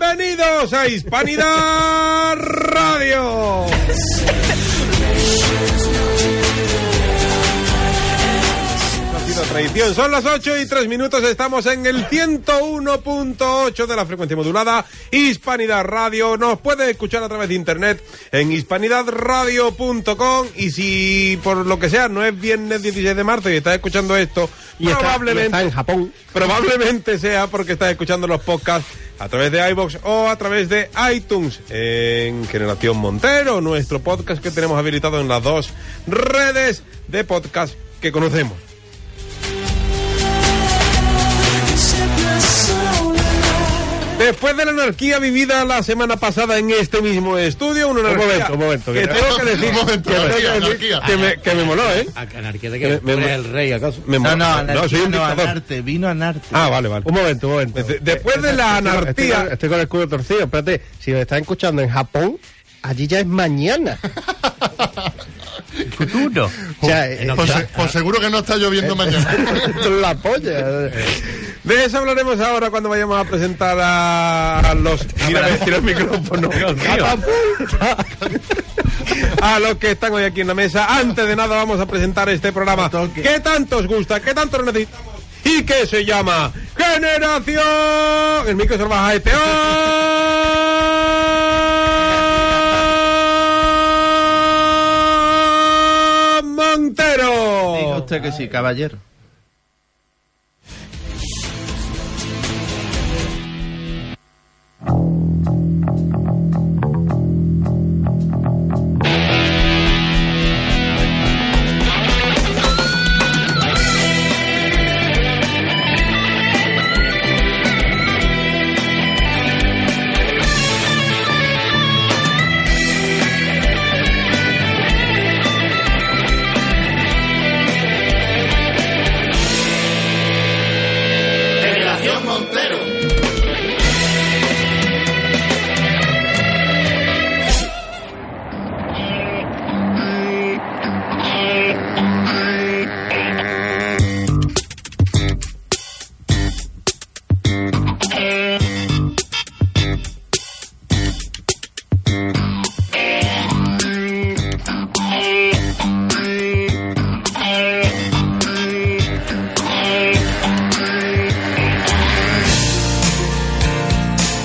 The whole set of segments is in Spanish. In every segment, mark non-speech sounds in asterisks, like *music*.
Bienvenidos a Hispanidad Radio. No ha sido Traición. Son las 8 y 3 minutos, estamos en el 101.8 de la frecuencia modulada Hispanidad Radio. Nos puede escuchar a través de internet en hispanidadradio.com y si por lo que sea no es viernes 16 de marzo y estás escuchando esto, Y está- probablemente... y está en Japón. Probablemente sea porque estás escuchando los podcasts a través de iBox o a través de iTunes en Generación Montero, nuestro podcast que tenemos habilitado en las dos redes de podcast que conocemos. Después de la anarquía vivida la semana pasada en este mismo estudio, una anarquía momento, un momento, que que- tengo que decir, Un momento, que, tengo anarquía, que, decir anarquía. que me, que me moló, ¿eh? ¿A- ¿Anarquía de qué? Me- me- ¿Tú eres el rey, acaso? Me No, moló. no, anarquía, soy un no, dictador. anarte, vino anarte. Ah, vale, vale. Un momento, un momento. Desde- después de la Estoy con- Estoy, anarquía- con- estoy con el culo torcido. Espérate, si me estás escuchando en Japón, allí ya *laughs* es mañana. Futuro. O sea, eh, En eh, Pues, se- pues seguro que no está Eh, lloviendo *laughs* mañana. esto es la polla. De eso hablaremos ahora cuando vayamos a presentar a los. Mira, me tiro el micrófono. Dios mío. A los que están hoy aquí en la mesa. Antes de nada, vamos a presentar este programa que tanto os gusta, que tanto lo necesitamos y que se llama Generación. El micro se lo baja este. Diga *laughs* ¡Oh! Montero. usted que sí, caballero. Generación Montero.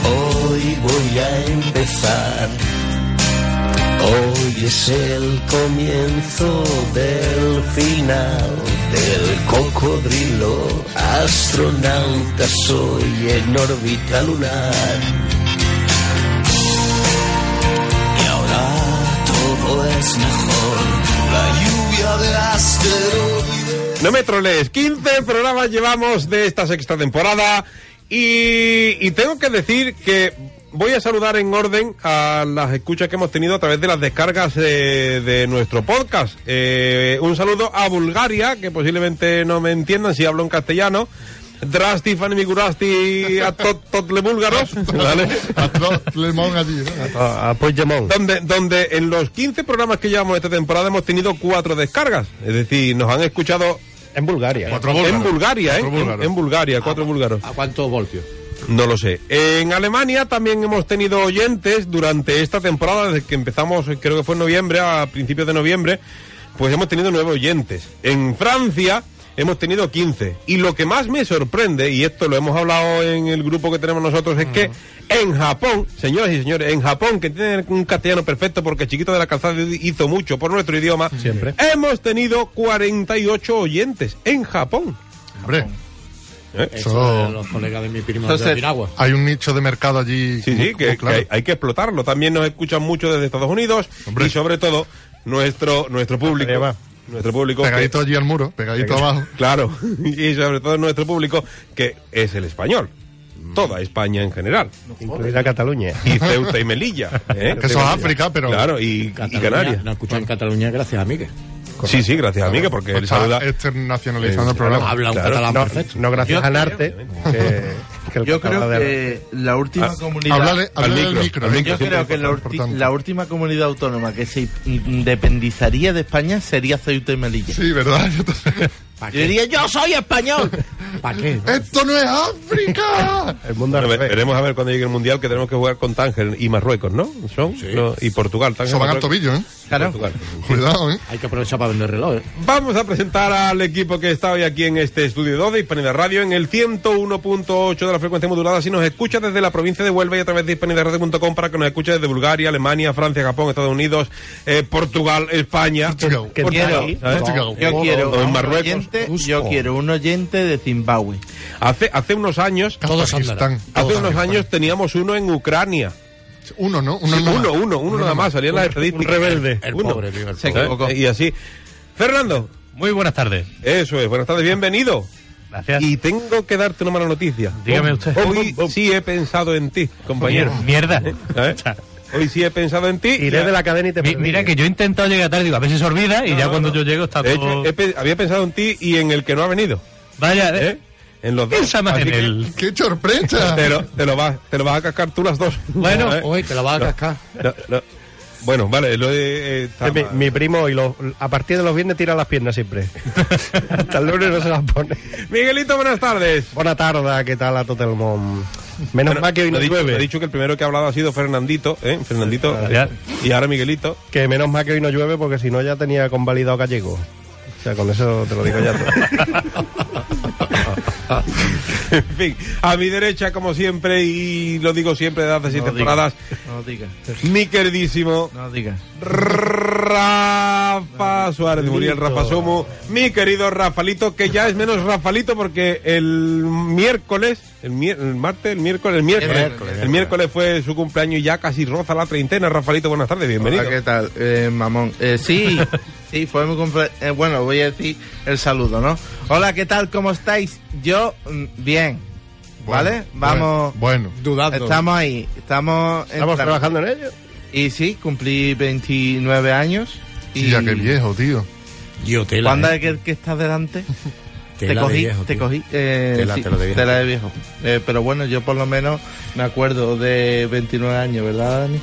Hoy voy a empezar. Hoy es el comienzo del final del cocodrilo. Astronauta soy en órbita lunar. Y ahora todo es mejor. La lluvia de asteroides. No me trolees, 15 programas llevamos de esta sexta temporada y, y tengo que decir que voy a saludar en orden a las escuchas que hemos tenido a través de las descargas eh, de nuestro podcast. Eh, un saludo a Bulgaria, que posiblemente no me entiendan si hablo en castellano. Drasti, Fanny Migurasti, a tot, Totle Búlgaros, ¿vale? A todo limón allí. ¿no? A, a Puigdemont. Donde, donde en los 15 programas que llevamos esta temporada hemos tenido cuatro descargas. Es decir, nos han escuchado En Bulgaria. Cuatro búlgaros. en Bulgaria, ¿eh? Cuatro En, búlgaros. Ah, en Bulgaria, cuatro búlgaros. ¿A cuántos voltios? No lo sé. En Alemania también hemos tenido oyentes durante esta temporada, desde que empezamos, creo que fue en noviembre, a principios de noviembre, pues hemos tenido nueve oyentes. En Francia hemos tenido 15. Y lo que más me sorprende, y esto lo hemos hablado en el grupo que tenemos nosotros, es que en Japón, señoras y señores, en Japón, que tienen un castellano perfecto porque Chiquito de la Calzada hizo mucho por nuestro idioma, Siempre. hemos tenido 48 oyentes en Japón. Hombre, ¿Eh? Eso- Eso, los colegas de mi primo de entonces Okinawa. hay un nicho de mercado allí. Sí, muy- sí, muy que, pues claro. que hay, hay que explotarlo. También nos escuchan mucho desde Estados Unidos Hombre. y sobre todo nuestro nuestro público. Ahí va. Nuestro público. que- Pegadito allí al muro, pegadito abajo. claro. *laughs* Y sobre todo nuestro público que es el español. Mm. Toda España en *laughs* general. eh, Incluida Cataluña. Y Ceuta y Melilla. ¿eh? Que eso es África, pero- Claro, y, y Canarias. No escuchan en Cataluña gracias a Miguel. Sí, sí, gracias a mí, que porque él Pues Está saluda. externacionalizando el programa. Habla un Claro, catalán No, perfecto. no gracias Yo a Narte. Que, que el Yo creo catalán de- que la última Ah, comunidad. Hablarle, Al hablarle micro, al micro. al ¿eh? micro. yo creo que la, ulti- importante. la última comunidad autónoma que se independizaría de España sería Ceuta y *laughs* Melilla. Sí, ¿verdad? Yo t- ¿Para Yo diría, yo soy español. ¿Para qué? no? ¡Esto no *laughs* es África! El mundo Bueno, al ve- revés. veremos a ver cuando llegue el mundial que tenemos que jugar con Tánger y Marruecos, ¿no? Son ¿no? y Portugal. Tánger, Eso van al Marruecos, tobillo, ¿eh? Claro. Portugal. Cuidado, ¿eh? Hay que aprovechar para vender reloj, ¿eh? Vamos a presentar al equipo que está hoy aquí en este estudio 2 de Hispanidad Radio en el 101.8 de la frecuencia modulada. Si nos escuchas desde la provincia de Huelva y a través de hispanidadradio.com para que nos escuches desde Bulgaria, Alemania, Francia, Japón, Estados Unidos, eh, Portugal, España. Portugal. Por- Quiero. ¿sabes? Portugal. Yo quiero, O en un Marruecos. oyente, yo quiero un oyente de Zimbabue. Hace, hace unos años, Todos Kazajistán. hace Todos unos Kazajistán. años teníamos uno en Ucrania. Uno, ¿no? Uno, Sí, nada uno, más. uno, uno nada más, salían las estadísticas. rebelde. El Uno. pobre, tío, el Se pobre. equivocó. Y así. Fernando, Muy buenas tardes. eso es, buenas tardes, bienvenido. Gracias. Y tengo que darte una mala noticia. Dígame Hoy- usted. Hoy sí he pensado en ti, compañero. Mierda. ¿Eh? Hoy sí he pensado en ti. Iré de la cadena y te Mi- perderé. mira que yo he intentado llegar tarde, digo, a ver si se olvida y ya cuando yo llego está De hecho, todo... he pe- había pensado en ti y en el que no ha venido. Vaya, ¿eh? eh, En los dos. piensa más Así en que él. ¡Qué sorpresa! Te lo, te lo vas, te lo vas a cascar tú las dos. Bueno, ¿Eh? Oye, te la vas a cascar. No, no. Bueno, vale, lo he- eh, está Que Mi, mal. mi primo y los, a partir de los viernes tira las piernas *laughs* siempre. Hasta el lunes no se las pone. Miguelito, buenas tardes. Buena tarde, ¿qué tal a todo el mundo? Menos mal que hoy Bueno, no he dicho, he llueve. dicho que el primero que ha hablado ha sido Fernandito, ¿eh? Fernandito. Gracias. Y ahora Miguelito. Que menos mal que hoy no llueve porque si no ya tenía convalidado gallego. O sea, con eso te lo digo ya todo. En fin, a mi derecha, como siempre, y lo digo siempre desde hace siete No temporadas, digas. No digas. mi queridísimo No digas. Rafa Suárez, Muriel Rafa Sumu, mi querido Rafalito, que ya es menos Rafalito porque el miércoles, el, mier- el martes, el miércoles, el miércoles, el miércoles, miércoles. fue su cumpleaños y ya casi roza la treintena. Rafalito, buenas tardes, bienvenido. Hola, ¿qué tal? Eh, mamón. Eh, sí, sí, fue mi cumple... eh, bueno, voy a decir el saludo, ¿no? Hola, ¿qué tal? ¿Cómo estáis? Yo, mm, bien. Bueno, ¿Vale? Vamos. Bueno. Dudando. Estamos ahí. Estamos, en Estamos tra- trabajando en ello. Pues Y sí, cumplí 29 años. Y Sí, ya qué viejo, tío. Yo tela, ¿Cuándo eh. es que, que estás delante? Te Tela de cogí, viejo, te tío. cogí. eh, Tela, sí, tela de viejo. tela de viejo. Eh, pero bueno, yo por lo menos me acuerdo de 29 años, ¿verdad, Dani?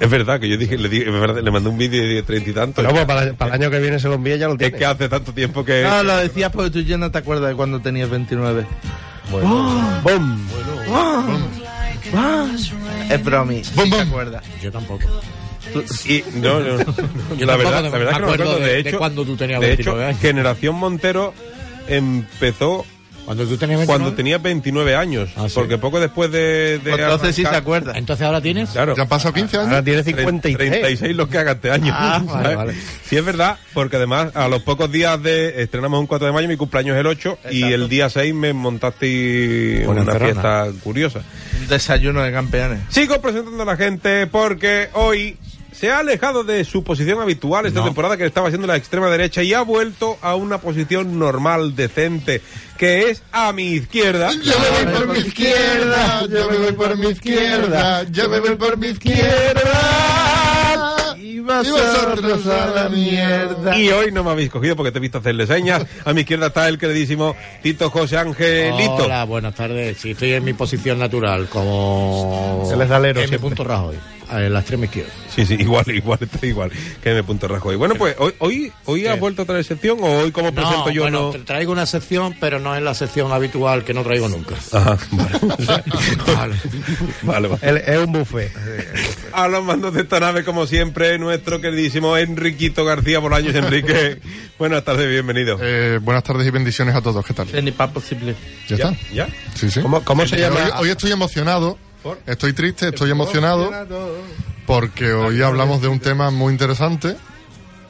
Es verdad que yo dije, le, dije- es verdad, le mandé un vídeo de treinta y tantos. Pero pues, para, para el año que viene se lo envía ya lo es tiene. que hace tanto tiempo que... No, lo decías porque tú ya no te acuerdas de cuando tenías 29. ¡Bum! Es bromi. Sí Bum, te bum. acuerdas. Yo tampoco. Y, no, no, no. Yo la verdad, la tampoco me- verdad me que no me acuerdo acuerdo de, de- hecho, de cuando tú tenías de hecho, 29 años. Generación Montero empezó Cuando tú tenías 29, cuando tenía 29 años, Ah, sí. porque poco después de, de Entonces sí te arrancar- acuerdas. Entonces ahora tienes... Claro. Ya han pasado 15 Ahora años. tiene tre- 53. 36 los que haga este año. Ah, *laughs* vale, ¿sabes? vale. Sí, es verdad, porque además a los pocos días de. Estrenamos un 4 de mayo, mi cumpleaños es el 8, y Exacto. el día 6 me montaste Con una encerrona. fiesta curiosa. Un desayuno de campeones. Sigo presentando a la gente porque hoy se ha alejado de su posición habitual esta temporada que estaba haciendo la extrema derecha y ha vuelto a una posición normal, decente, que es a mi izquierda. Yo me voy por mi izquierda, yo me voy por mi izquierda, yo me voy por mi izquierda. Y vosotros a la mierda. Y hoy no me habéis cogido porque te he visto hacerle señas. A mi izquierda está el queridísimo Tito José Angelito. Hola, buenas tardes. Sí, estoy en mi posición natural, como. El esdalero, M. siempre. punto Rajoy, en la extrema izquierda. Sí, sí, igual, igual, está igual. Que me punto rajo. Y bueno, pues hoy, hoy, hoy has vuelto a traer sección o hoy como presento No, yo bueno, no. tra- traigo una sección, pero no es la sección habitual que no traigo nunca. Ajá, *laughs* vale. *laughs* Vale. vale, vale. El- es un buffet. A los mandos de esta nave, como siempre, nuestro queridísimo Enriquito García Bolaños. *laughs* Enrique, buenas tardes, bienvenido. Eh, buenas tardes y bendiciones a todos. ¿Qué tal? Ni pa' posible. ¿Ya está? ¿Ya? Sí, sí. ¿Cómo, cómo se Hoy, llama? hoy estoy emocionado, estoy triste, estoy emocionado porque hoy hablamos de un tema muy interesante.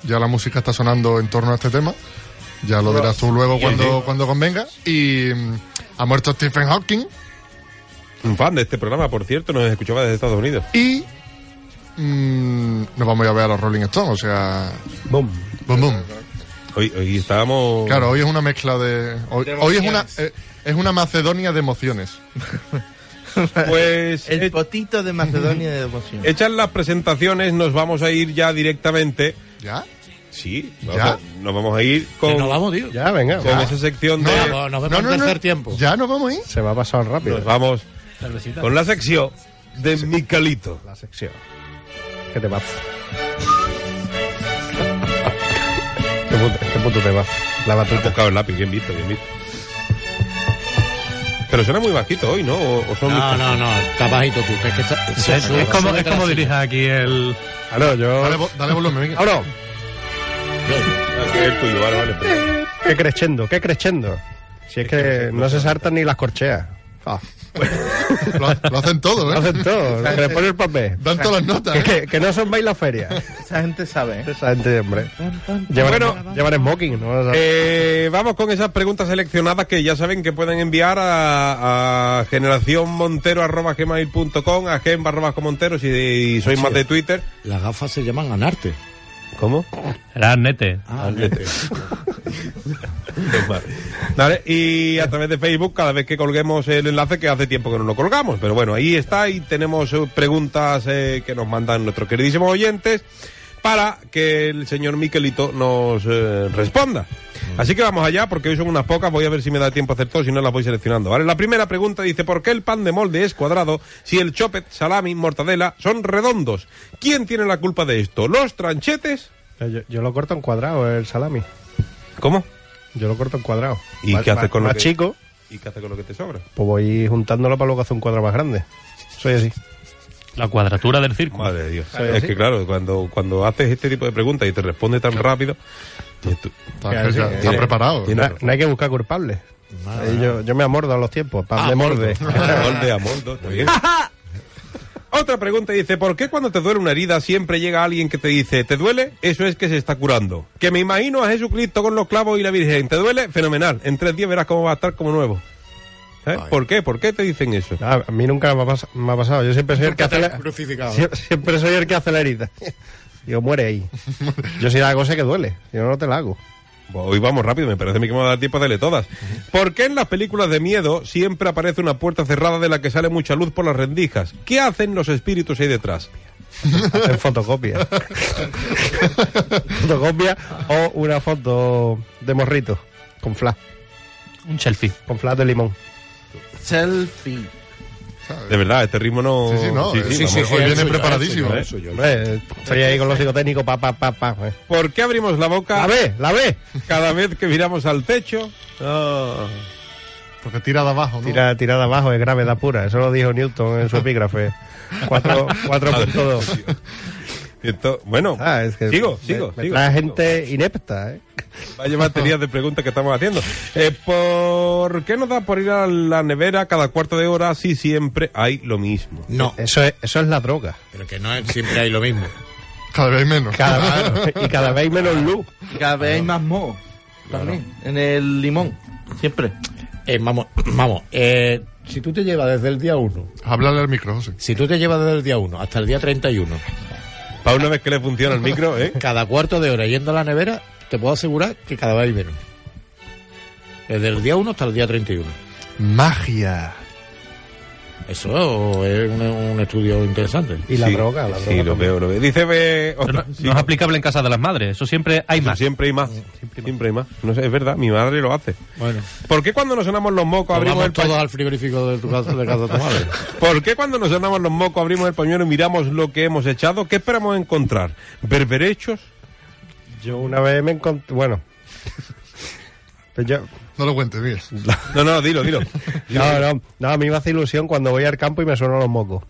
Ya la música está sonando en torno a este tema. Ya lo dirás tú luego cuando, cuando convenga. Y mm, ha muerto Stephen Hawking Un fan de este programa, por cierto, nos escuchaba desde Estados Unidos. y mm, nos vamos a ver a los Rolling Stones. O sea, ¡Bum! boom, boom. Hoy, hoy estábamos. Claro, hoy es una mezcla de. Hoy, De hoy es una emociones. eh, es una Macedonia de emociones. Pues. El eh, potito de Macedonia de emoción. hechas las presentaciones, nos vamos a ir ya directamente. ¿Ya? Sí, Ya. vamos- nos vamos a ir Que con, nos vamos, tío. Ya, venga. con va. esa sección No, de. vamos. Nos vemos en tercer tiempo. Ya nos vamos a ir. Se va a pasar rápido. Nos vamos con la sección de Micalito. La sección. ¿Qué te pasa? ¿Qué punto, qué punto te pasa? La Has batuta. buscado el lápiz, bien visto, bien visto. Pero suena muy bajito hoy, ¿no? O, o son No, no, no, está bajito tú. Es, que está, se Es, sube, es como, sube es como la silla. dirija aquí el... Claro, yo. Dale, vo- dale volumen, venga. Ahora, Ah, que es tuyo, vale, vale, pero- qué creciendo, qué creciendo. Si es que no se saltan ni las corcheas. *laughs* Ah. lo, ha- lo hacen todo, Lo ¿eh? hacen todo, lo que le pone el papel. *laughs* Dan todas las notas. Que, ¿eh? que, que no son bailaferias. *laughs* Esa gente sabe. ¿eh? Esa gente, hombre. Llevan, Bueno. llevan smoking, ¿no? O sea, Eh, vamos con esas preguntas seleccionadas que ya saben que pueden enviar a, a generacionmontero.com, a gemba.montero, si si sois más de Twitter. Las gafas se llaman anarte. ¿Cómo? Era Arnete. Ah, *laughs* anarte. Vale, y a través de Facebook, cada vez que colguemos el enlace, que hace tiempo que no lo colgamos, pero bueno, ahí está y tenemos eh, preguntas eh, que nos mandan nuestros queridísimos oyentes para que el señor Miquelito nos eh, responda. Así que vamos allá, porque hoy son unas pocas, voy a ver si me da tiempo a hacer todo, si no las voy seleccionando. ¿vale? La primera pregunta dice, ¿por qué el pan de molde es cuadrado si el chopet, salami, mortadela son redondos? ¿Quién tiene la culpa de esto? ¿Los tranchetes? eh, Yo, yo lo corto en cuadrado, el salami. ¿Cómo? Yo lo corto en cuadrado. ¿Y Más- qué haces más- con lo más que- chico, ¿Y qué hace con lo que te sobra? pues voy juntándolo para luego hacer un cuadrado más grande. Soy así. La cuadratura del círculo. Madre de Dios. ¿Sabes Es así? que claro, cuando, cuando haces este tipo de preguntas y te responde tan rápido, pues *laughs* tú- Está, Claro, sí, ya- eh. está preparado. Tiene- No, no hay que buscar culpables. Ahí yo, yo me amordo a los tiempos, pan de morde. *laughs* Molde a moldo, está bien. *laughs* Otra pregunta dice, ¿por qué cuando te duele una herida siempre llega alguien que te dice, ¿te duele? Eso es que se está curando. Que me imagino a Jesucristo con los clavos y la Virgen, ¿te duele? Fenomenal. En tres días verás cómo va a estar como nuevo. ¿Sabes? ¿Por qué? ¿Por qué te dicen eso? Ah, a mí nunca me ha, pas- me ha pasado. Yo siempre soy el que Nunca te hace la, han crucificado. *laughs* Sie- siempre soy el que hace la herida. Digo, muere *laughs* ahí. Yo si la hago sé que duele. Yo no te la hago. Pues Hoy vamos rápido, me parece a mí que me va a dar tiempo a darle todas. ¿Por qué en las películas de miedo siempre aparece una puerta cerrada de la que sale mucha luz por las rendijas? ¿Qué hacen los espíritus ahí detrás? Hacen *laughs* fotocopia. fotocopia o una foto de morrito. Con flash. Un selfie. Con flash de limón. Selfie. De verdad, este ritmo no... Sí, sí, no. eh, vamos. hoy el viene suyo, preparadísimo. el suyo, el suyo. Eh, estoy ahí con los psicotécnicos, pa, pa, pa, pa. eh. ¿Por qué abrimos la boca Ah. La ve, la ve. cada vez que miramos al techo? Porque tira de abajo, ¿no? Tira, tirada abajo, es gravedad pura. Eso lo dijo Newton en su epígrafe. Cuatro- 4.2. Y esto- bueno, Ah, es que sigo, me- sigo, me sigo. trae sigo. gente inepta, ¿eh? Vaya batería de preguntas que estamos haciendo. Eh, ¿Por qué nos da por ir a la nevera cada cuarto de hora si siempre hay lo mismo? No, Eso es, eso es la droga. pero que no es, siempre hay lo mismo. Cada vez menos. *laughs* Cada vez, y cada vez hay menos luz. Y Cada vez hay más moho. También. En el limón. Siempre. Eh, vamos, *clears throat* vamos eh, si tú te llevas desde el día 1, *laughs* Háblale al micro, José. si tú te llevas desde el día 1 hasta el día 31, Para una vez que le funciona el micro, ¿eh? cada cuarto de hora yendo a la nevera, te puedo asegurar que cada vez hay menos. Desde el día 1 hasta el día 31. Magia. Eso es un, un estudio interesante. Y la Sí, droga, la droga. Sí, lo veo, lo veo. Dice eh, Pero otra- no, sí, no es aplicable en casa de las madres. Eso siempre hay más. Siempre hay más. Siempre hay más. No sé, es verdad, mi madre lo hace. Bueno, ¿Por qué cuando nos sonamos los mocos abrimos el vamos todos pañuelo? al frigorífico de tu casa, de casa de tu madre. ¿Por qué cuando nos sonamos los mocos abrimos el pañuelo y miramos lo que hemos echado? ¿Qué esperamos encontrar? ¿Berberechos? Yo una vez me encontré. Bueno. *laughs* Pues yo- No lo cuentes, bien. No, no, dilo, *laughs* dilo. no, no, no, a mí me hace ilusión cuando voy al campo y me suenan los mocos.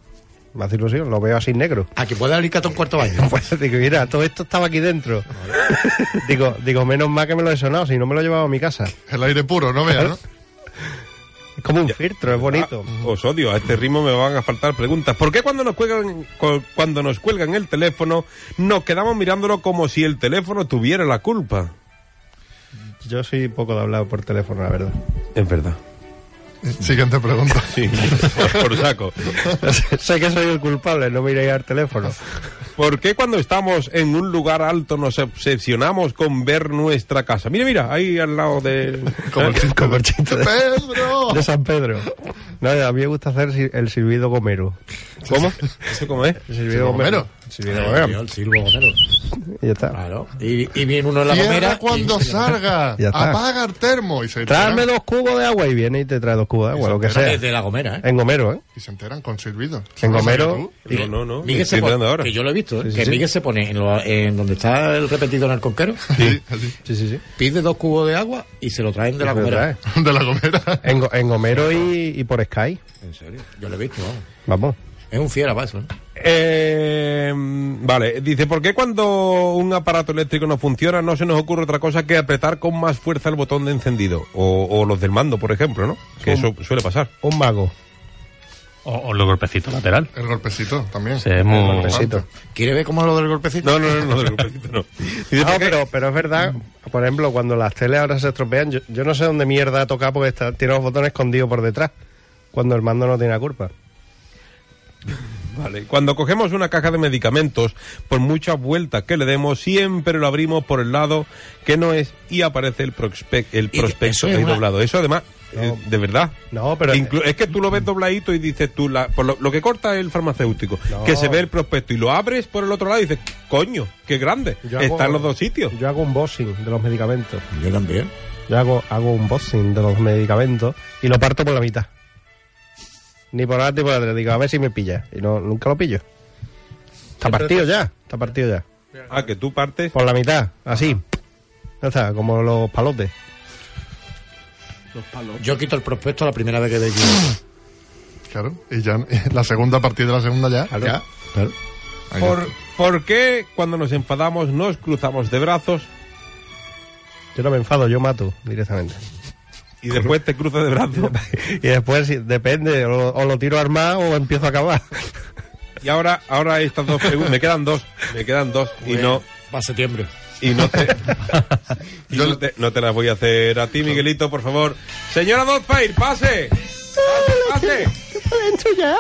Me hace ilusión, lo veo así negro. *laughs* ¿A que puede alicate un cuarto baño? Pues digo, mira, todo esto estaba aquí dentro. *laughs* digo, digo, menos mal que me lo he sonado, si no me lo he llevado a mi casa. El aire puro, no veas, ¿no? Es como un filtro, es bonito. Ah, os odio, a este ritmo me van a faltar preguntas. ¿Por qué cuando nos cuelgan, cu- cuando nos cuelgan el teléfono nos quedamos mirándolo como si el teléfono tuviera la culpa? Yo soy poco de hablar por teléfono, la verdad. Es verdad. Siguiente pregunta. Sí, *laughs* por- por saco. *laughs* sé que soy el culpable, no me iré al teléfono. ¿Por qué cuando estamos en un lugar alto nos obsesionamos con ver nuestra casa? Mira, mira, ahí al lado *laughs* de... Como el *laughs* chiste. Como el chiste de- *laughs* ¡Pedro! de San Pedro. No, a mí me gusta hacer si- el silbido gomero. ¿Cómo? ¿Eso cómo es? El silbido Gomero. Si viene a ver. El silbo Gomero. Y ya está. Claro. Y, y viene uno en la Cierra gomera. cuando y- salga. Ya está. Apaga el termo. Y se enteran, Tráeme dos cubos de agua y viene y te trae dos cubos de agua, lo que sea. Desde la gomera, ¿eh? En Gomero, ¿eh? y se enteran con silbido. En Gomero. ¿Tú? No, no, no. Miguel Estoy se pone- entrando ahora. que yo lo he visto, ¿eh? Sí, sí, que sí. Miguel se pone en, lo- en donde está el repetido en *laughs* el conquero, *laughs* Sí, así. Sí, sí, sí. pide dos cubos de agua y se lo traen de la Lo gomera. trae. De la gomera. En, Go- en Gomero y, y por Sky. En serio, yo lo he visto, vamos. Vamos. Es un fiera para eso, ¿no? Eh, vale, dice, ¿por qué cuando un aparato eléctrico no funciona no se nos ocurre otra cosa que apretar con más fuerza el botón de encendido? O, o los del mando, por ejemplo, ¿no? Que eso suele pasar. Un mago. O, o los golpecitos lateral. El golpecito también. Sí, es muy- El Golpecito. ¿Quiere ver cómo lo del golpecito? No, no, no, no, del grupecito *laughs* no. Dice, No, Ah, ¿por qué? pero, pero es verdad, por ejemplo, cuando las teles ahora se estropean, yo, yo no sé dónde mierda ha tocado porque está, tiene los botones escondidos por detrás, cuando el mando no tiene la culpa. Vale, cuando cogemos una caja de medicamentos, por muchas vueltas que le demos, siempre lo abrimos por el lado que no es y aparece el, prospe- el Y prospecto eso es ahí una- doblado. Eso además, eh, de verdad. No, pero- Inclu- es que tú lo ves dobladito y dices tú, la- por lo, lo que corta es el farmacéutico, No. que se ve el prospecto y lo abres por el otro lado y dices, coño, qué grande. Yo hago- Está en los dos sitios. Yo hago un boxing de los medicamentos. Yo también. Yo hago, hago un boxing de los medicamentos y lo parto por la mitad. Ni por adelante ni por atrás. Digo, a ver si me pilla. Y no, nunca lo pillo. Está partido ya. Está partido ya. Ah, que tú partes. Por la mitad. Así. Ah. Ya está, como los palotes. Yo quito el prospecto la primera vez que veo *laughs* yo. Claro. Y ya *laughs* la segunda, a partir de la segunda ya. ya. Claro. Ahí ¿Por, ¿por qué cuando nos enfadamos nos cruzamos de brazos Yo no me enfado, yo mato directamente. y después te cruzas de brazos? *laughs* Y después, si- depende, o, o lo tiro armado o empiezo a acabar. Y ahora, ahora estas dos preguntas, me quedan dos, me quedan dos y no, Para Pues, septiembre. y no *laughs* te, y Yo- no te, no te las voy a hacer a ti, Miguelito, por favor. Señora Dotfair, pase, *laughs* pase, ¿Entro ya?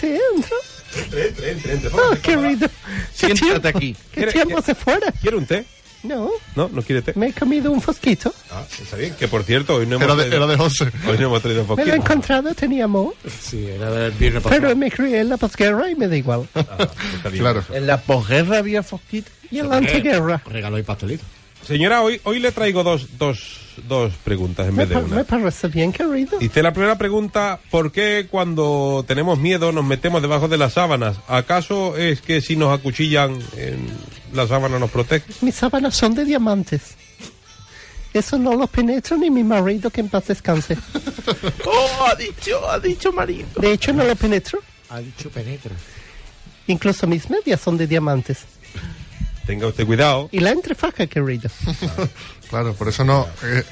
Sí, entro. pase. Ah, qué rico. Siéntate aquí. ¿Quiere- tiempo se fuera? ¿Quiere un té? No, No, no quiere té. me he comido un fosquito. Ah, está bien. Que por cierto, hoy no Era hemos de, era traído, de José. hoy no hemos traído un poquito. encontrado, tenía amor. Sí, era del viernes pasado. me crié en la posguerra y me da igual. Ah, Está bien. Claro. En la posguerra había fosquito. Y en la anteguerra. Regaló Eh, y pastelito. Señora, hoy, hoy le traigo dos, dos, dos preguntas en vez de una. parece bien, querido. Dice la primera pregunta, ¿por qué cuando tenemos miedo nos metemos debajo de las sábanas? ¿Acaso es que si nos acuchillan en- la sábana nos protege? Mis sábanas son de diamantes. Eso no los penetro ni mi marido que en paz descanse. Oh, ha dicho, ha dicho María. De hecho, no los penetro. Ha dicho penetra. Incluso mis medias son de diamantes. Tenga usted cuidado. Y la entrefaja, querido. Claro, por eso no. eh,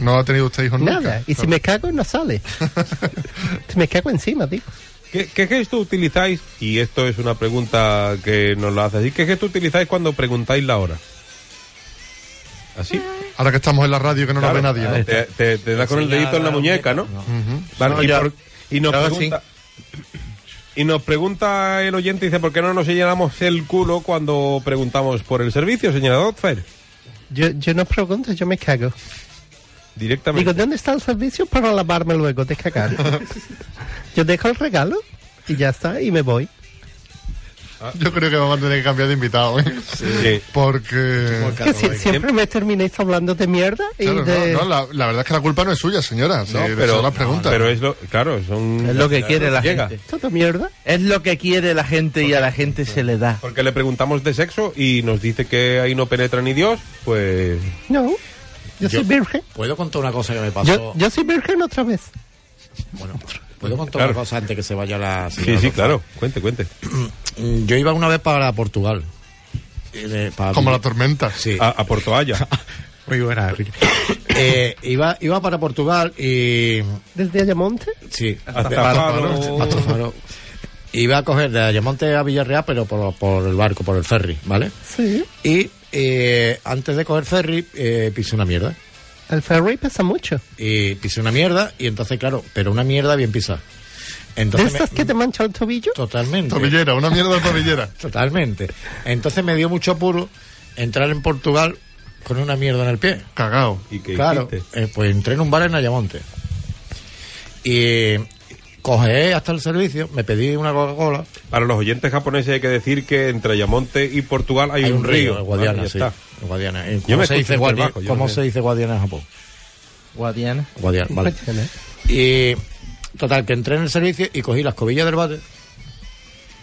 no ha tenido usted hijos Nada. nunca. Y si me cago, no sale. Si me cago encima, digo. ¿Qué, qué gesto utilizáis? Y esto es una pregunta que nos la hace así. ¿Qué gesto utilizáis cuando preguntáis la hora? Así. Ahora que estamos en la radio que no Claro, Ah, nos ve nadie, ¿no? Te, te- te da con el dedito en la muñeca, ¿no? Vale, No, y, ya- por- y nos ya pregunta, y nos pregunta el oyente, dice, ¿por qué no nos llenamos el culo cuando preguntamos por el servicio, señora Dotfair? Yo, yo no pregunto, yo me cago. Digo, Directamente. ¿dónde está el servicio para lavarme luego de cagar? Yo dejo el regalo y ya está, y me voy. Yo creo que vamos a tener que cambiar de invitado, ¿eh? Sí. Porque. *laughs* que si- siempre me termináis hablando de mierda y Claro, de... no, no, la, la verdad es que la culpa no es suya, señora. Sí, No, son las preguntas. pero es lo, claro, son Es lo que quiere la Llega. gente. Toda mierda. Es lo que quiere la gente y a la gente se le da. Porque le preguntamos de sexo y nos dice que ahí no penetra ni Dios, pues No, yo, soy virgen. ¿Puedo contar una cosa que me pasó? Yo, yo soy virgen otra vez. Bueno, ¿puedo contar Claro. una cosa antes que se vaya la sí, señora sí, Costa? claro, cuente, cuente. Mm, Yo iba una vez para Portugal. Eh, de- para- Como la tormenta. Sí. A, a Porto *laughs* Haya. Muy buena, Enrique. *coughs* Eh, iba, iba para Portugal y... Desde Ayamonte. Sí. Hasta de- para- Faro. hasta Faro. Iba a coger de Ayamonte a Villarreal, pero por, por el barco, por el ferry, ¿vale? Sí. Y eh, antes de coger ferry, eh, pisé una mierda. El ferry pesa mucho. Y pisé una mierda, y entonces, claro, pero una mierda bien pisada. ¿De Entonces, me- estas que te mancha el tobillo? Totalmente. Tobillera, una mierda de tobillera. Totalmente. Entonces me dio mucho apuro entrar en Portugal con una mierda en el pie. Cagao. ¿Y qué claro, hiciste? eh, pues entré en un bar en Ayamonte. Y Coge hasta el servicio, me pedí una Coca-Cola. Para los oyentes japoneses hay que decir que entre Ayamonte y Portugal hay, Hay un, río. en ¿vale? Guadiana, Ya sí. está. En Guadiana. ¿En me ¿Cómo, se escucho dice, en Guadi- Perbaco, yo cómo no sé. se dice Guadiana en Japón? Guadiana. Guadiana, vale. Y total, que entré en el servicio y cogí las cobillas del bate.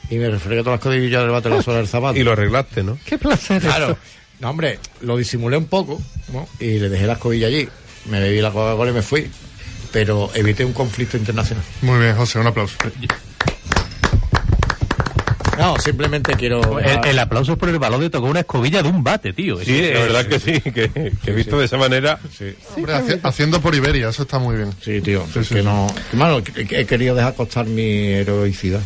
Y me refregué todas las cobillas del bate en la suela del zapato. *laughs* Y lo arreglaste, ¿no? Qué placer *laughs* Claro. No, hombre, lo disimulé un poco ¿no? y le dejé las cobillas allí. Me bebí la Coca-Cola y me fui. Pero evité un conflicto internacional. Muy bien, José, un aplauso. No, simplemente quiero. El, el aplauso es por el balón de tocó una escobilla de un bate, tío. Sí, Eso- la verdad que sí, que, que visto de esa manera. Hombre, haci- haciendo por Iberia, eso está muy bien. Sí, tío. Sí, sí, que sí. no. que, mano, que- que he querido dejar costar mi heroicidad.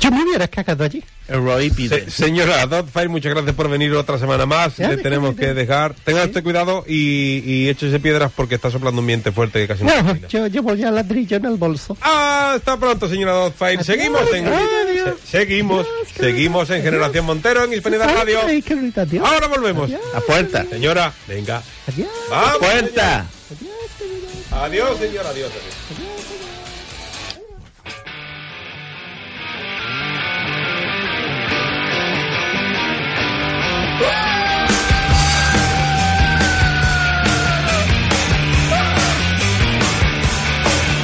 Yo me hubieras cagado allí. Roy Se- señora Dotfire, muchas gracias por venir otra semana más. Ya, Le déjame tenemos que dejar. Tenga usted cuidado y, y échese piedras porque está soplando un viento fuerte que casi no No, termina. yo llevo ya ladrillo en el bolso. Hasta pronto, señora Dotfire. Seguimos en. Adiós. se- seguimos. Seguimos en Generación Montero, en Hispanidad Radio. Ay, qué bonita, tío. Ahora volvemos. La puerta. Señora, venga. Adiós. Vamos, Puerta. señora. Adiós, señora, adiós. adiós.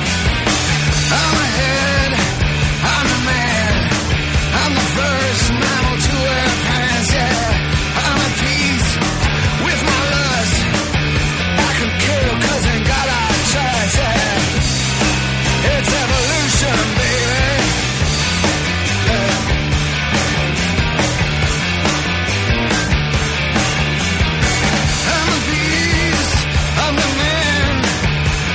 I'm ahead, I'm the man, I'm the first mammal to wear pants, yeah. I'm at peace with my lust. I can kill cause I got a chance, yeah. It's evolution, baby. Yeah. I'm a beast, I'm the man,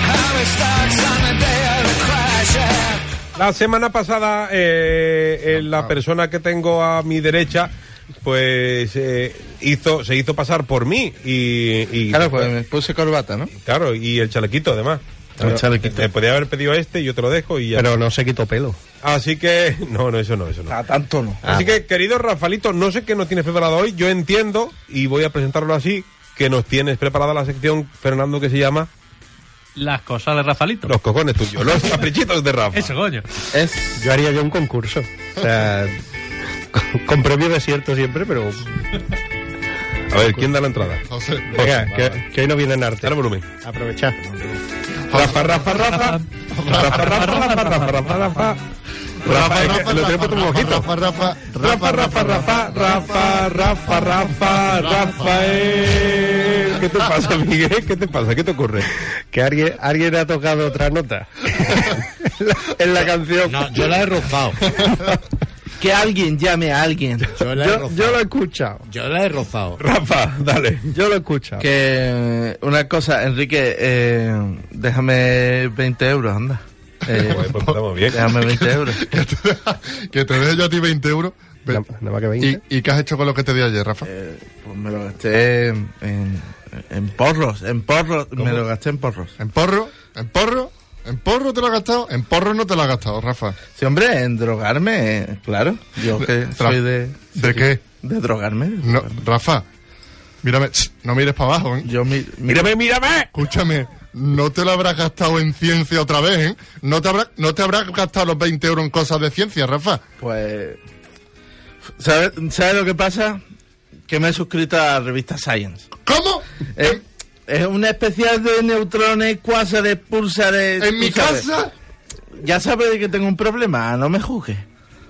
I'm a stocks on the day of the crash, yeah. La semana pasada, eh, eh, Ah. la persona que tengo a mi derecha, pues eh, hizo, se hizo pasar por mí y, y- Claro, pues me puse corbata, ¿no? claro, y el chalequito además. El chalequito. Te podía haber pedido este, yo te lo dejo y ya. Pero no se quitó pelo. Así que, *laughs* no, no, eso no, eso no. A tanto no. Así que, querido Rafalito, no sé qué nos tienes preparado hoy, yo entiendo, y voy a presentarlo así, que nos tienes preparada la sección, Fernando, que se llama Las cosas de Rafalito. Los cojones tuyos, los caprichitos de Rafa. Eso, coño. Es Yo haría yo un concurso. O *laughs* sea, con, con premio desierto siempre, pero. A ver, ¿quién da la entrada? José, Venga, que, que hoy no vienen arte. Dale volumen. Aprovechar. Rafa, Rafa, Rafa. Rafa, Rafa, Rafa, Rafa, Rafa, Rafa. Rafa, es que lo tengo puesto un mojito. Rafa, Rafa, Rafa, Rafa, Rafa, Rafa, Rafa, Rafa, Rafael. ¿Qué te pasa, Miguel? ¿Qué te pasa? ¿Qué te ocurre? Que alguien, alguien ha tocado otra nota. en, la, en la canción. No, yo la he rozado. que alguien llame a alguien. Yo la he yo, rozado. yo lo he escuchado. Yo la he rozado. Rafa, dale. Yo lo he escuchado. Que eh, una cosa, Enrique, eh, déjame 20 euros, anda. Eh, Pues estamos bien. déjame 20 euros. *laughs* que te, que te deje yo a ti 20 euros. Ve- Nada nada más que 20. ¿Y, y qué has hecho con lo que te di ayer, Rafa? Eh, pues me lo gasté en, en- en porros, en porros, me lo gasté en porros. ¿En porro? ¿En porro? ¿En porro te lo has gastado? En porro no te lo has gastado, Rafa. Sí, hombre, en drogarme, eh, claro. Yo que Ra- soy de... ¿De qué? De drogarme. No, Rafa, mírame, ch, no mires para abajo, ¿eh? Yo mi- mi- Mírame, mírame. Escúchame, no te lo habrás gastado en ciencia otra vez, ¿eh? No te, habrá, no te habrás gastado los 20 euros en cosas de ciencia, Rafa. Pues. ¿Sabes sabe lo que pasa? Que me he suscrito a la revista Science. ¿Cómo? Eh, Es un especial de neutrones, cuásares, pulsares. ¿En mi tú sabes. casa? Ya sabes de que tengo un problema, no me juzgues.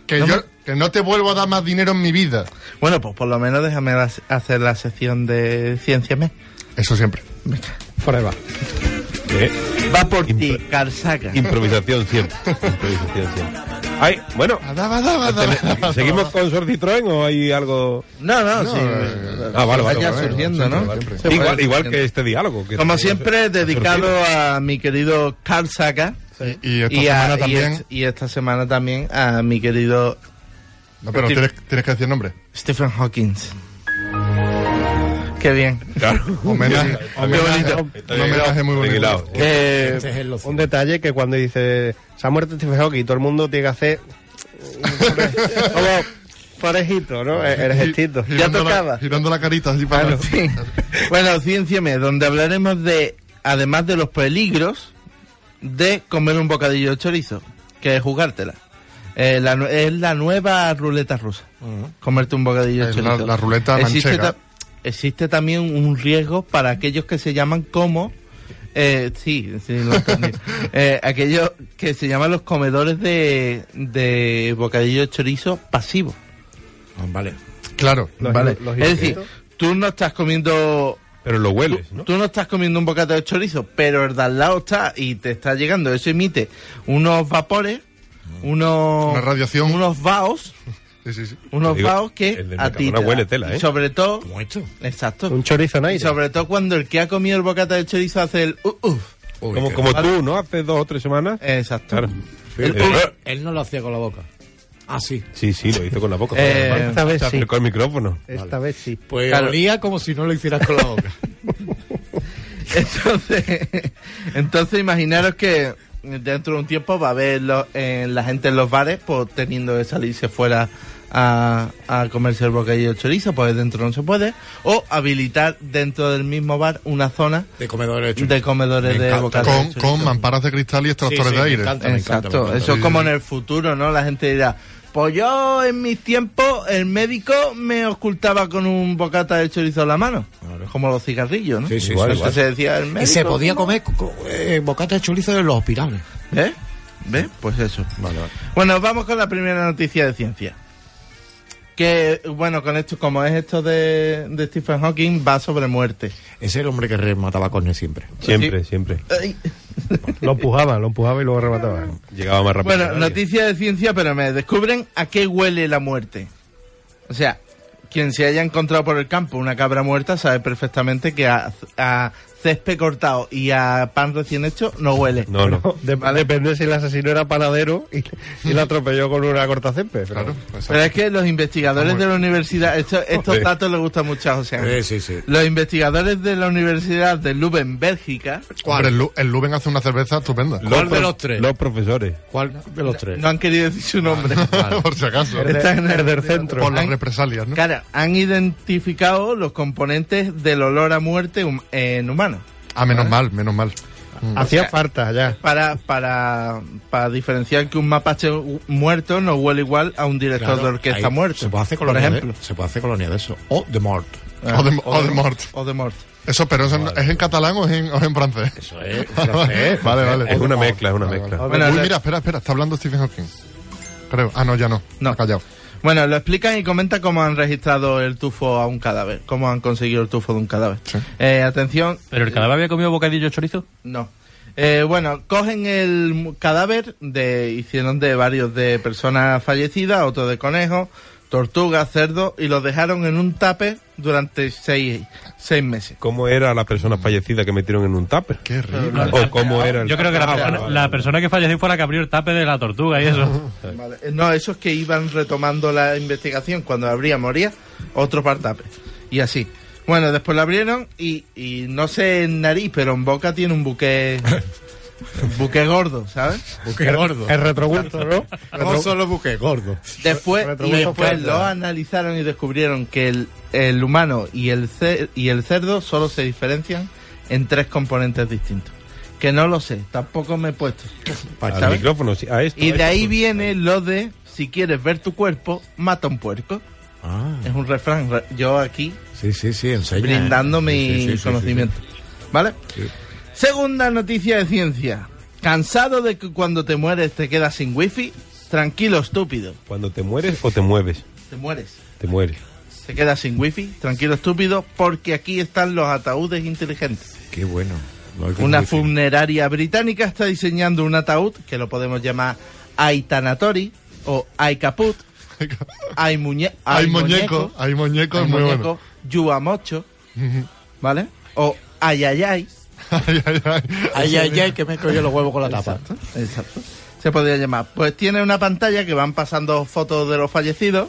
Que, No yo, me- que no te vuelvo a dar más dinero en mi vida. Bueno, pues por lo menos déjame la- hacer la sección de ciencia. Me. Eso siempre. Prueba. Va por ti, Carsaca. ¿Eh? Improvisación siempre. Improvisación siempre. Ay, bueno. Daba, daba, daba, *laughs* daba. ¿Seguimos con Sor Citroën o hay algo...? No, no, sí. eh, Ah, vale, vale, Vaya vale, surgiendo, ¿no? Se Igual, vaya igual surgiendo. que este diálogo. que Como está- siempre, dedicado a mi querido Carl Saga. Y esta a- semana y también. es- y esta semana también a mi querido No, pero tienes, tienes que decir nombre. Stephen Hawking. Qué bien. *laughs* Claro. Homenaje. homenaje, Está un bien. homenaje muy bonito. Tranquilado. Eh, Ese Este es el Un locio. detalle que cuando dice se ha muerto Stephen Hawking, todo el mundo tiene que hacer como parejito, ¿no? El, el gestito. Gi- girando Ya la- tocaba. girando la carita así para bueno, sí. bueno, Ciencia Me, donde hablaremos de, además de los peligros de comer un bocadillo de chorizo. que jugártela. Eh, la nue- es la nueva ruleta rusa. Comerte un bocadillo de Es chorizo. la- la ruleta existe, manchega. existe también un riesgo para aquellos que se llaman como... eh, sí, sí, lo *laughs* entendí. Eh, aquellos que se llaman los comedores de, de bocadillo de chorizo pasivos. Ah, Vale. Claro. ¿vale? es decir, tú no estás comiendo Pero lo hueles, ¿no? Tú no estás comiendo un bocata de chorizo, pero el de al lado está y te está llegando. Eso emite unos vapores, Mm. unos. Una radiación. Unos vaos, Sí, sí, sí. unos Digo, vaos que el del a Mercadona ti. te da. huele tela, ¿eh? Y sobre todo. ¿Cómo esto? Exacto. Un chorizo en y aire. sobre todo cuando el que ha comido el bocata de chorizo hace el. Uh, uh. Uy, Como, qué- como tú, ¿no? Eh, Hace dos o tres semanas. Exacto. Claro. Él, Eh, él- él no lo hacía con la boca. Ah, sí. Sí, sí, lo hizo con la boca. Eh, Además, esta vez se sí. acercó al micrófono. Esta vez sí. Pues Claro. olía como si no lo hicieras con la boca. Entonces, entonces imaginaros que dentro de un tiempo va a haber lo- eh, la gente en los bares pues, teniendo que salirse fuera a, a comerse el bocadillo de chorizo, pues dentro no se puede, o habilitar dentro del mismo bar una zona De comedor hecho. de comedores Me de encanta. bocadillo de Con, chorizo. con mamparas de cristal y Sí, sí, extractores me de aire. encanta, me encanta, Exacto, me encanta. eso es como en el futuro, ¿no? La gente dirá, pues yo en mis tiempos el médico me ocultaba con un bocata de chorizo en la mano, como los cigarrillos, ¿no? Sí, sí, Igual, sí, igual. Entonces decía el médico. Y se podía ¿cómo? comer co- eh, bocata de chorizo de los hospitales. ¿Ves? ¿Ves? ¿Eh? Pues eso. Bueno, vamos con la primera noticia de ciencia. Que, bueno, con esto, como es esto de, de Stephen Hawking, va sobre muerte. Ese es el hombre que remataba con él siempre. Siempre, siempre. Ay. Lo empujaba, lo empujaba y luego remataba. Llegaba más rápido. Bueno, noticia de ciencia, pero me descubren a qué huele la muerte. O sea, quien se haya encontrado por el campo una cabra muerta sabe perfectamente que a, a césped cortado y a pan recién hecho no huele. No, no. De- Depende si el asesino era panadero y, y la atropelló con una cortacésped. pero- Claro. Pero es exacto. que los investigadores de la universidad, esto- estos Joder. datos les gustan mucho a José Ángel. Eh, sí, sí. Los investigadores de la Universidad de Lübeck, Bélgica, Hombre, el, Lu- el Luben hace una cerveza estupenda. ¿Cuál de los tres? Los profesores. ¿Cuál de los tres? no han querido decir su nombre. *laughs* Por si acaso. *laughs* El, de- el del centro. Por las Han- represalias, ¿no? Cara, han identificado los componentes del olor a muerte hum- en humanos. Ah, menos mal, menos mal. Mm. Hacía o sea, falta ya. Para, para, para diferenciar que un mapache hu- muerto no huele igual a un director Claro, de orquesta ahí muerto. Se puede hacer por colonia, ejemplo. De, se puede hacer colonia de eso. O de mort. O de, o de mort. O de muerto. Eso, pero eso no- ¿es en catalán o es en, o es en francés? Eso es. *laughs* *laughs* vale, vale. Es una mezcla, es una Vale, mezcla. vale. Bueno, Uy, le- mira, espera, espera, está hablando Stephen Hawking. Creo. Ah, no, ya no. No. Ha *laughs* callado. Bueno, lo explican y comentan cómo han registrado el tufo a un cadáver, cómo han conseguido el tufo de un cadáver. Sí. Eh, atención, ¿Pero el cadáver había comido bocadillo de chorizo? No. Eh, bueno, cogen el mu- cadáver, de, hicieron de varios de personas fallecidas, otros de conejos, tortugas, cerdos, y los dejaron en un tape durante seis, seis meses. ¿Cómo era la persona fallecida que metieron en un tupper? Qué rico. ¿O cómo era el Yo creo que la, persona, la persona que falleció fue la que abrió el tape de la tortuga y eso. Vale. Eh, No, esos que iban retomando la investigación cuando abría, moría, otro par tape. Y así. Bueno, después lo abrieron y, y no sé en nariz, pero en boca tiene un buque, un buque gordo, ¿sabes? Buque gordo. El retrogusto, ¿no? No solo buque gordo. Después, y Retroceso después fuerte. lo analizaron y descubrieron que el, el humano y el, ce- y el cerdo solo se diferencian en tres componentes distintos. Que no lo sé, tampoco me he puesto. Al ¿sabes? micrófono, sí, a esto. Y a de esto. ahí viene lo de, si quieres ver tu cuerpo, mata un puerco. Ah, Es un refrán, re- yo aquí sí, sí, sí, enseña. brindando eh. mi Sí, sí, sí, sí, sí. conocimiento. ¿Vale? Sí. Segunda noticia de ciencia. ¿Cansado de que cuando te mueres te quedas sin wifi? Tranquilo, estúpido. Cuando te mueres o te mueves, Te mueres. te mueres. Se queda sin wifi, tranquilo estúpido, porque aquí están los ataúdes inteligentes. Qué bueno. No hay que Una decir. funeraria británica está diseñando un ataúd que lo podemos llamar Aitanatori o Aikaput, Ai muñe Hay muñeco, hay muñeco, Ai es muy muñeco, bueno. Yuamocho, ¿vale? O Ayayay. *laughs* Ay, ay, ay. Ay, ay, ay, que me he cogido los huevos con la tapa. Exacto. Se podría llamar. Pues tiene una pantalla que van pasando fotos de los fallecidos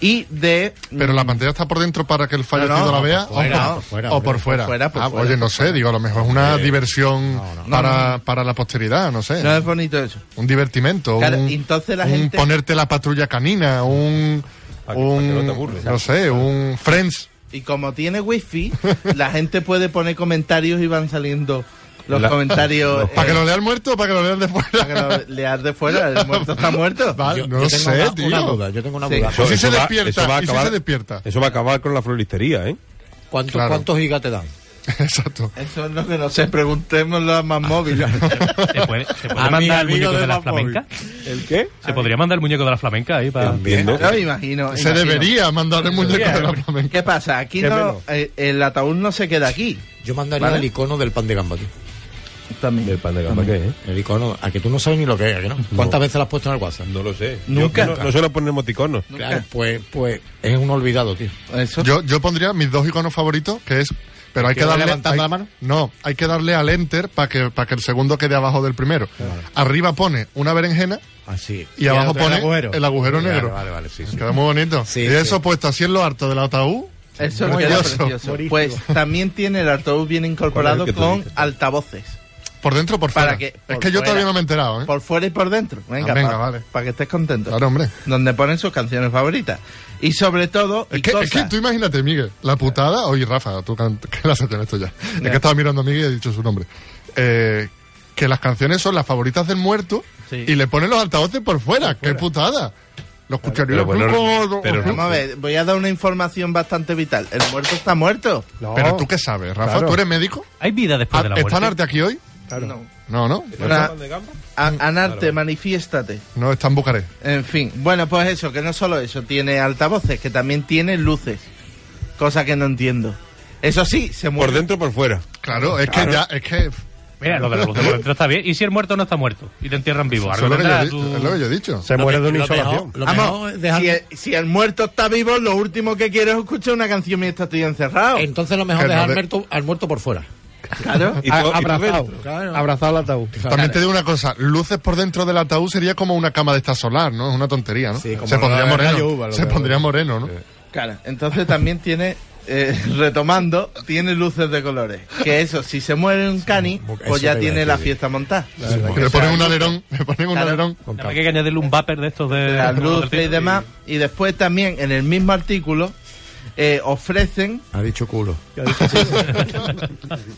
y de Pero la pantalla está por dentro para que el fallecido No, no, la por vea fuera, o, por Ah, fuera, o hombre, por por fuera. fuera, por Ah, fuera, oye, no por sé, digo, a lo mejor es una diversión Para, para la posteridad, no sé. no es bonito eso. un divertimento, Claro, un, y entonces la un gente- ponerte la patrulla canina, un, Pa' que- un- pa' que no te aburres, no sé, un Friends. Y como tiene wifi, la gente puede poner comentarios y van saliendo los La- comentarios. *laughs* ¿Para que eh, lo lea el muerto o para que lo lean de para que fuera? lo leas de fuera, el muerto está *laughs* muerto. Vale, Yo- no yo lo tengo sé, una, tío. una duda, yo tengo una Sí. duda. Eso- si se va- despierta, eso va a y si acabar- se despierta. *laughs* Eso va a acabar con la floristería, ¿eh? ¿Cuántos, Claro. ¿Cuántos gigas te dan? Exacto. Eso es lo que no sé, preguntémoslo a *laughs* más móvil. ¿Se puede, se puede A mi mandar el amigo muñeco de de, la Bad Boy. flamenca? ¿El qué? ¿Se podría mandar el muñeco de la flamenca ahí para...? Entiendo. No me imagino. Se imagino. debería mandar el muñeco de la flamenca. ¿Qué pasa? Aquí Qué no, pena. eh, el ataúd no se queda aquí. Yo mandaría Vale. el icono del pan de gamba, tío. También. ¿El pan de gamba qué, eh? El icono, a que tú no sabes ni lo que es, ¿a que no? ¿Cuántas veces lo has puesto en el WhatsApp? No lo sé. Nunca. Yo no, no suelo poner emoticonos. Claro, pues, pues es un olvidado, tío. Eso. Yo, yo pondría mis dos iconos favoritos, que es... Pero hay ¿Que que va darle... levantando hay- la mano? No, hay que darle al enter para que, para que el segundo quede abajo del primero. Arriba pone una berenjena Así. y, abajo otro, pone el agujero, Claro, negro. Vale, vale, sí. sí. Queda muy bonito. Sí, y sí. eso puesto así en lo harto del ataúd. Eso Muy queda curioso. precioso. Morífico. Pues también tiene el altavoz bien incorporado ¿Cuál es el que tú con dices? altavoces. Por dentro o por fuera. Para que- es por que yo fuera. todavía no me he enterado, ¿eh? Por fuera y por dentro. Venga, Ah, venga, para, vale. que estés contento. Claro, hombre. Donde ponen sus canciones favoritas. Y sobre todo, y Es que, es que cosas. tú imagínate, Miguel, la putada. Oye, Rafa, tú can- *laughs* que la en esto ya. Es Ya. que estaba mirando a Miguel y he dicho su nombre. Eh, que las canciones son las favoritas del muerto Sí. y le ponen los altavoces por fuera. ¡Qué putada! Los cucharillos. Pero bueno, pero, pero- Vamos a ver, voy a dar una información bastante vital. El muerto está muerto. No, pero tú qué sabes, Rafa, Claro. ¿tú eres médico? ¿Hay vida después de la ¿Está muerte? Narte aquí hoy? claro. No. No, no. Una- a- Anarte, manifiéstate. No, está en Bucarest. En fin, bueno, pues eso, que no solo eso, tiene altavoces, que también tiene luces. Cosa que no entiendo. Eso sí, se Por muere. dentro o por fuera. Claro, es que ya, es que. Mira, lo de la luz de por dentro está bien. ¿Y si el muerto no está muerto? Y te entierran vivo. eso Algo Es lo que, yo, tendrá he di- tu- es lo que yo he dicho. Se Lo muere de pe- una lo mejor- insolación. Lo mejor Vamos, es dejar- si el, si el muerto está vivo, lo último que quiero es escuchar una canción mientras estoy encerrado. Entonces lo mejor Que no es dejar de- al, muerto, al muerto por fuera. Claro. Y A- todo- y todo abrazado. dentro. Claro. Abrazado al ataúd. También te digo una cosa, luces por dentro del ataúd sería como una cama de esta solar, ¿no? Es una tontería, ¿no? *laughs* Sí, como se la pondría de moreno. Rayo Uva, lo se que- pondría moreno, ¿no? Claro, entonces también tiene, eh, *laughs* retomando, tiene luces de colores. Que eso, si se muere un cani, eso pues ya te iba a tiene decir. la fiesta montada. Le ponen un alerón, le ponen un Claro. alerón. Nada más que hay que añadirle un vapor de estos de... las luces y demás. Y después también, en el mismo artículo, eh, ofrecen Ha dicho culo.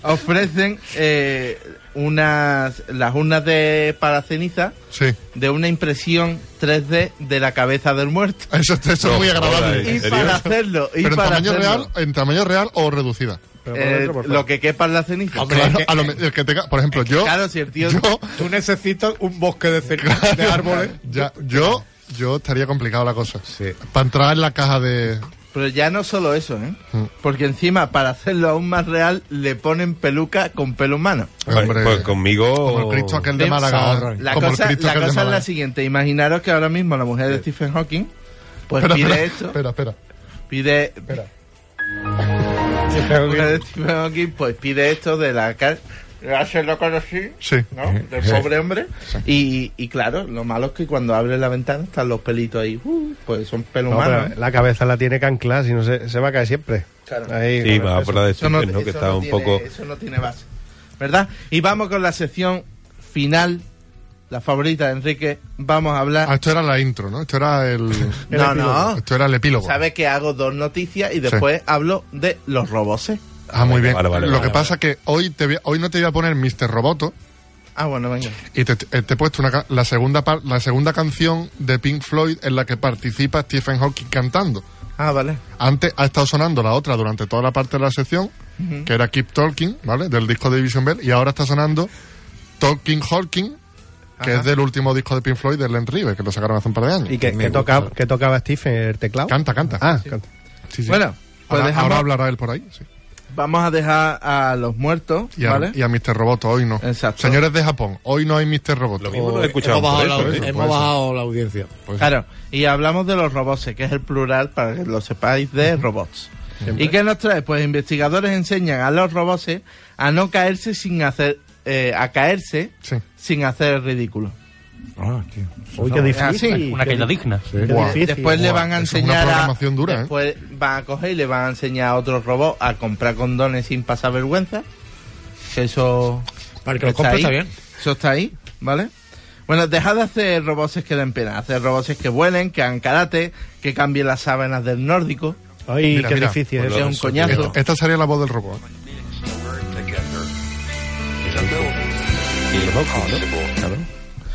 ofrecen eh, unas las urnas de para ceniza Sí. de una impresión 3D de la cabeza del muerto. Eso, eso es No, muy joder, agradable. ¿en Y serio? para hacerlo, y Pero en para tamaño hacerlo, real, en tamaño real o reducida. Pero por eh, dentro, por fuera. lo que quepa en la ceniza. Hombre, Claro, es que- a lo me- el que tenga, por ejemplo, yo, claro, si el tío yo, Tú necesitas un bosque de, *laughs* árboles. ya, yo, yo estaría complicado la cosa. Para entrar en la caja de, Pero ya no solo eso, ¿eh? Porque encima, para hacerlo aún más real, le ponen peluca con pelo humano. Pues- Hombre. pues conmigo... como el Cristo aquel de Sí, Málaga. La como el cosa, Cristo la aquel de cosa es la Málaga. siguiente. Imaginaros que ahora mismo la mujer de Stephen Hawking pues Espera, pide espera, esto. espera, espera. Pide, Sí, pero Una que- vez Stephen Hawking, pues pide esto de la cara. Hacerlo conocí, Sí. ¿no? Del pobre hombre. Y, y claro, lo malo es que cuando abre la ventana están los pelitos ahí. Uh, pues son pelos No, humanos. pero ¿eh? la cabeza la tiene que anclar, si no se, se va a caer siempre. Claro. Ahí, Sí, con el va peso. por la de Eso no, eh, Stephen, ¿no? Que eso está no un tiene- poco... Eso no tiene base. ¿Verdad? Y vamos con la sección final, la favorita de Enrique. Vamos a hablar. Ah, esto era la intro, ¿no? Esto *laughs* era el. No, no. Esto era el epílogo. Sabes que hago dos noticias y después hablo de los roboses. Ah, muy bien. Vale, vale, Lo vale, que vale. pasa que hoy te voy a- hoy no te voy a poner Mr. Roboto Ah, bueno, venga. y te, te- te he puesto una, ca- la segunda par- la segunda canción de Pink Floyd en la que participa Stephen Hawking cantando. Ah, vale. Antes ha estado sonando la otra durante toda la parte de la sección, que era Keep Talking, ¿vale? Del disco de Division Bell y ahora está sonando Talking Hawking, que es del último disco de Pink Floyd de Len River, que lo sacaron hace un par de años. ¿Y que, que, toca, que tocaba Steve el teclado? Canta, canta. Ah, canta. Sí, sí. Bueno, pues ahora, dejamos- ahora hablará él por ahí, sí. Vamos a dejar a los muertos, Y a, ¿vale? y a Mr. Roboto, hoy no. Exacto. Señores de Japón, hoy no hay Mr. Roboto. Lo mismo no he escuchado Hemos bajado, por eso, la, ¿eh? eso, hemos por eso. bajado la audiencia. Claro, y hablamos de los robots, que es el plural para que lo sepáis de robots. ¿Y qué nos trae? Pues investigadores enseñan a los robots a no caerse sin hacer eh, a caerse Sí. sin hacer el ridículo. Ah, tío. Uy, qué Es así. difícil. Una qué caída di- digna. qué Guau. difícil. Después le guau, van a eso es una enseñar a- programación dura, ¿eh? después van a coger y le van a enseñar a otros robots a comprar condones sin pasar vergüenza. Que eso Para que lo compre está bien. Eso está ahí, ¿vale? Bueno, dejad de hacer robots que den pena, hacer robots que vuelen, que hagan karate, que cambien las sábanas del nórdico. Ay, Mira, qué mira. difícil. Pues eso. es un coñazo. *laughs* Esta, esta sería la voz del robot. work together. To move aquí loco, ¿no? Claro.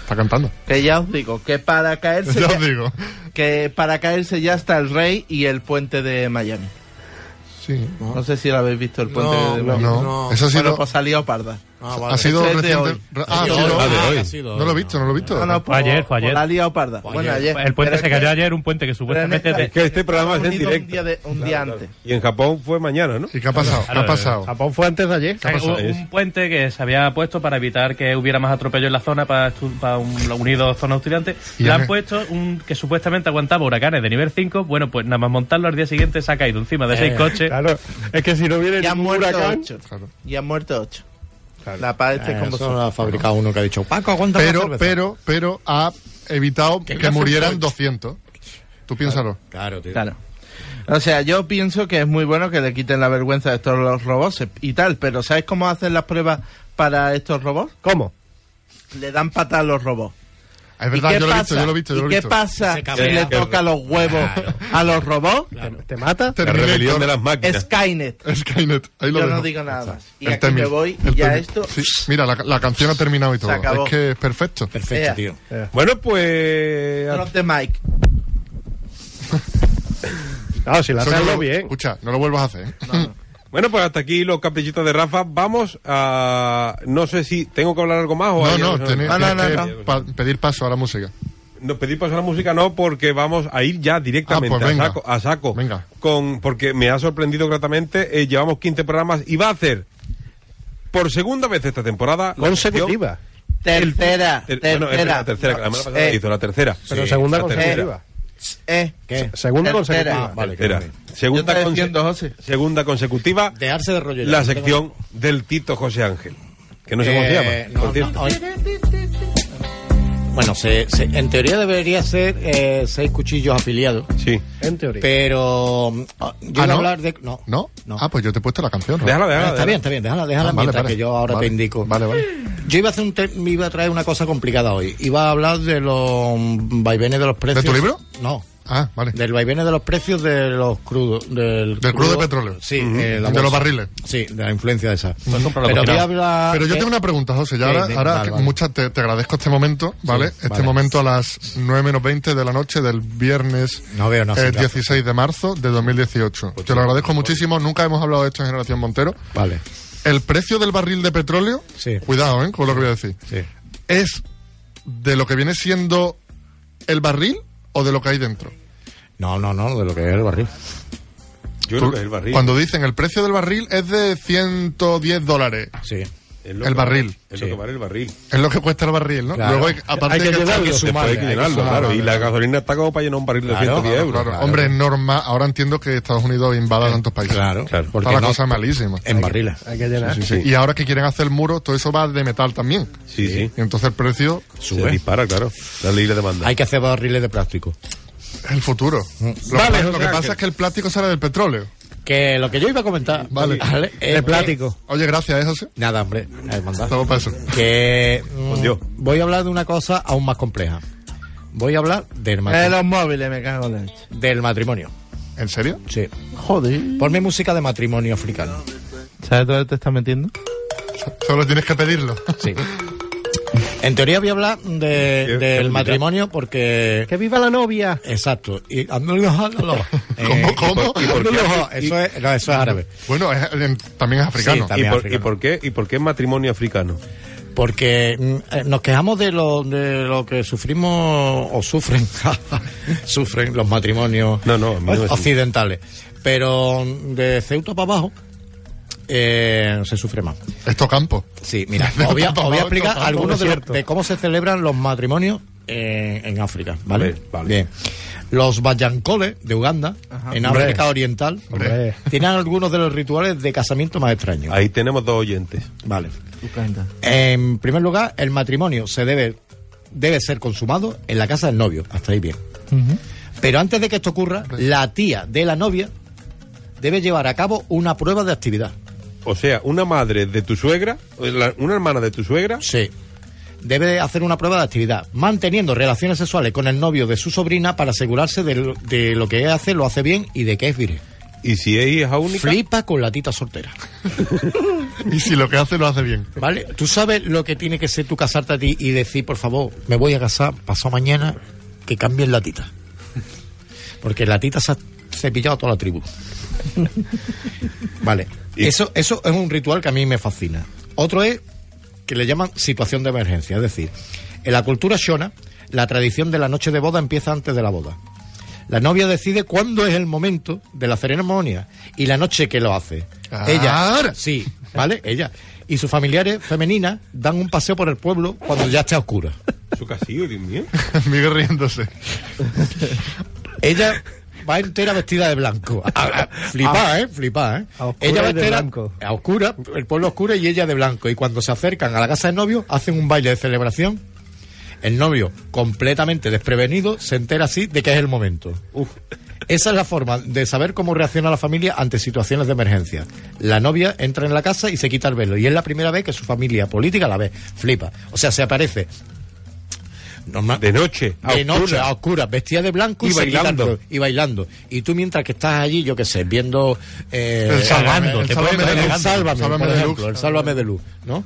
Está cantando. Que ya os digo, que para caerse Ya ya- os digo. que para caerse ya está el rey y el puente de Miami. Sí. No sé si lo habéis visto el puente No, de no. Miami. No, no. eso ha Bueno, sido, pues salió parda. Ah, ha sido Ese es de reciente. hoy. Re- Ah, ha Hoy, sido- ah, de hoy. ha sido no lo he hoy, visto, no lo he visto. No, no, Fue ayer, fue pues ayer. la ha liado parda. Bueno, ayer. El puente Pero se es que- cayó ayer, un puente pero que en supuestamente... esta- Es que este programa es en unido directo. Un día, de- un día antes. Y en Japón fue mañana, ¿no? ¿Y qué ha pasado? ¿Qué Claro, ha pasado? Japón fue antes de ayer. O sea, que hubo pasado? un puente que se había puesto para evitar que hubiera más atropello en la zona para, estu- para un, la unido zona estudiante. ¿Y Le a han qué? puesto un que supuestamente aguantaba huracanes de nivel 5. Bueno, pues nada más montarlo al día siguiente se ha caído encima de Eh, seis coches. Claro, es que si no viene Y han ningún muerto huracán... ocho. Claro. Y han muerto ocho. La paz este es Eh, Eso con vosotros. lo ha fabricado uno que ha dicho, Paco, aguanta la Pero, cerveza". pero, pero ha evitado Que que ya fue murieran un 200. Tú piénsalo. Claro, tío. Claro. O sea, yo pienso que es muy bueno que le quiten la vergüenza de estos los robots y tal, pero ¿sabes cómo hacen las pruebas para estos robots? ¿Cómo? Le dan patas a los robots. Ah, Es ¿Y verdad, yo qué lo he visto, pasa? yo lo he visto, yo ¿Y lo he qué visto. pasa Se si cabrea. le toca los huevos a los robots? ¿Te, te mata? La rebelión de Terminator. las máquinas. *laughs* Skynet. Skynet. Ahí lo Yo dejo. no digo nada más. Y El aquí me Temis, voy el y ya Temis. esto... Sí, Mira, la, la canción ha terminado y todo. acabó. Es que es perfecto. Perfecto, Ea. tío. Eh, Bueno, pues... Drop the mic. Claro, si la Eso no haces lo- algo bien. Escucha, no lo vuelvas a hacer. *laughs* ¿eh? Bueno, pues hasta aquí los caprichitos de Rafa. Vamos a... No sé si... ¿Tengo que hablar algo más o...? No, hay no, algo- Ah, tenés, No, no, tienes no, que no. pa- pedir paso a la música. Nos pedís pasar la música, no, porque vamos a ir ya directamente Ah, pues venga. a saco. A saco Venga. Con, porque me ha sorprendido gratamente. eh, llevamos 15 programas y va a hacer por segunda vez esta temporada. la Consecutiva. Tercera, sección- ter- tercera. bueno, es la tercera. La semana pasada Eh, hizo la tercera. Pero Sí, segunda la tercera. consecutiva. eh. ¿Qué? Segunda Tercera. consecutiva. Ah, vale, Tercera. que Yo Segunda, te conse- defiendo, José. segunda consecutiva. Dejarse de rollo ya, la no tengo- sección del Tito José Ángel. Que no sé cómo Eh, se llama. por no, cierto. no, hoy- Bueno, se- se- en teoría debería ser eh, seis cuchillos afiliados. Sí. En teoría. Pero mm, ah, yo iba a ¿no? hablar de. No. ¿No. Ah, pues yo te he puesto la canción. ¿no? Déjala, déjala. Ah, déjala. está bien, está bien, déjala, Ah, déjala vale, mientras vale. que yo ahora Vale. te indico. Vale, vale. Yo iba a hacer un te- me iba a traer una cosa complicada hoy. Iba a hablar de los vaivenes de los precios. tu libro? No. Ah, vale. Del vaivene de los precios de los crudos. Del, Del crudo de petróleo. Sí, Ujú. eh, la De los bolsa. barriles. Sí, de la influencia de esa. comprarlo Pero congelado. voy a hablar. pues Pero yo eh, tengo una pregunta, José. Ya Sí, ahora, sí, ahora vale, que vale. muchas te, te agradezco este momento, ¿vale? este vale. momento a las 9 menos 20 de la noche del viernes No veo, no, eh, sí, gracias. 16 de marzo de 2018. Pues te lo agradezco muchísimo. Nunca hemos hablado de esto en Generación Montero. Vale. El precio del barril de petróleo, Sí. cuidado, ¿eh? Con lo que voy a decir. Sí. ¿Es de lo que viene siendo el barril o de lo que hay dentro? No, no, no, de lo que es el barril. Yo creo que es el barril. Cuando dicen el precio del barril es de 110 dólares. Sí. Es lo el que- barril. Es lo que vale el barril. Es lo que cuesta el barril, ¿no? Claro. Luego, hay- aparte Hay que hay que llevarlo. echar- Después Hay que llenarlo, claro. Y la gasolina está como para llenar un barril de Claro, 110 claro, euros. Claro, hombre, es norma. Ahora entiendo que Estados Unidos invada tantos países. Claro, Claro. porque Está la no- cosa malísima. En barriles. Hay que llenar. Sí, sí. Y ahora que quieren hacer el muro, todo eso va de metal también. Sí, sí. Y entonces el precio Se dispara, claro. La ley le demanda. Hay que hacer barriles de plástico. es el futuro. Lo, que Vale, José pasa- lo que Ángel. pasa es que el plástico sale del petróleo. Que lo que yo iba a comentar. Vale. De es que- plástico. Oye, gracias, ¿eh, José. Nada, hombre. hermandad. Estamos para eso. Que. mm, Dios. Voy a hablar de una cosa aún más compleja. Voy a hablar del, matri- Eh, los móviles, me cago en la leche. del matrimonio. ¿En serio? Sí. Joder. Ponme música de matrimonio africano. ¿Sabes dónde te estás metiendo? Solo tienes que pedirlo. *laughs* Sí. En teoría voy a hablar de- Qué- qué del matrimonio porque. ¡Que viva la novia! Exacto. Y... *laughs* Eh, ¿Cómo? ¿Cómo, cómo? ¿Y por qué? Eso es, no, eso es árabe. Bueno, es- en- también es africano. Sí, también. ¿Y por, africano. y por qué? ¿Y por qué matrimonio africano? Porque mm, eh, nos quejamos de lo, de lo que sufrimos o sufren, *laughs* sufren los matrimonios No, no, a mí no me sufre. occidentales. Pero mm, de Ceuta para abajo eh, se sufre más. Esto campo. Sí, mira, *laughs* *laughs* os voy a, os voy a explicar Todo algunos de, los- cierto. de cómo se celebran los matrimonios eh, en África, ¿vale? Vale, vale. Bien. Los Bayancole de Uganda, en Hombre. África Oriental, Hombre. tienen algunos de los rituales de casamiento más extraños. Ahí tenemos dos oyentes. Vale. En primer lugar, el matrimonio se debe, debe ser consumado en la casa del novio. Hasta ahí bien. Pero antes de que esto ocurra, la tía de la novia debe llevar a cabo una prueba de actividad. O sea, una madre de tu suegra, o la- una hermana de tu suegra, Sí. Debe hacer una prueba de actividad, manteniendo relaciones sexuales con el novio de su sobrina para asegurarse de lo, de lo que hace, lo hace bien y de que es virgen. y si es hija única, Flipa con la tita soltera. Y si lo que hace, lo hace bien. *laughs* ¿Vale? Tú sabes lo que tiene que ser tú casarte a ti y decir, por favor, me voy a casar pasado mañana, que cambien la tita. Porque la tita se ha cepillado a toda la tribu. Vale. Eso, eso es un ritual que a mí me fascina. Otro es que le llaman situación de emergencia. Es decir, en la cultura shona, la tradición de la noche de boda empieza antes de la boda. La novia decide cuándo es el momento de la ceremonia y la noche que lo hace. Ella, sí, ¿vale? Ella. Y sus familiares femeninas dan un paseo por el pueblo cuando ya está oscura. Su casillo, Dios mío. Miguel riéndose. Ella va entera vestida de blanco. Ah, ah, Flipa, ¿eh? Flipa, ¿eh? A oscuras ella va y de entera blanco. a oscura, el pueblo oscuro y ella de blanco. Y cuando se acercan a la casa de novio, hacen un baile de celebración. El novio, completamente desprevenido, se entera así de que es el momento. Esa es la forma de saber cómo reacciona la familia ante situaciones de emergencia. La novia entra en la casa y se quita el velo. Y es la primera vez que su familia política la ve. Flipa. O sea, se aparece. Normal, De noche. a de noche, oscuras. a oscuras, vestida de blanco Y se quita bailando. el velo, y bailando. Y tú mientras que estás allí, yo qué sé, viendo eh, El Sálvame, Armando, el te Sálvame pones- de Luz. el Sálvame, Sálvame por de ejemplo, Luz. el Sálvame de Luz, ¿no?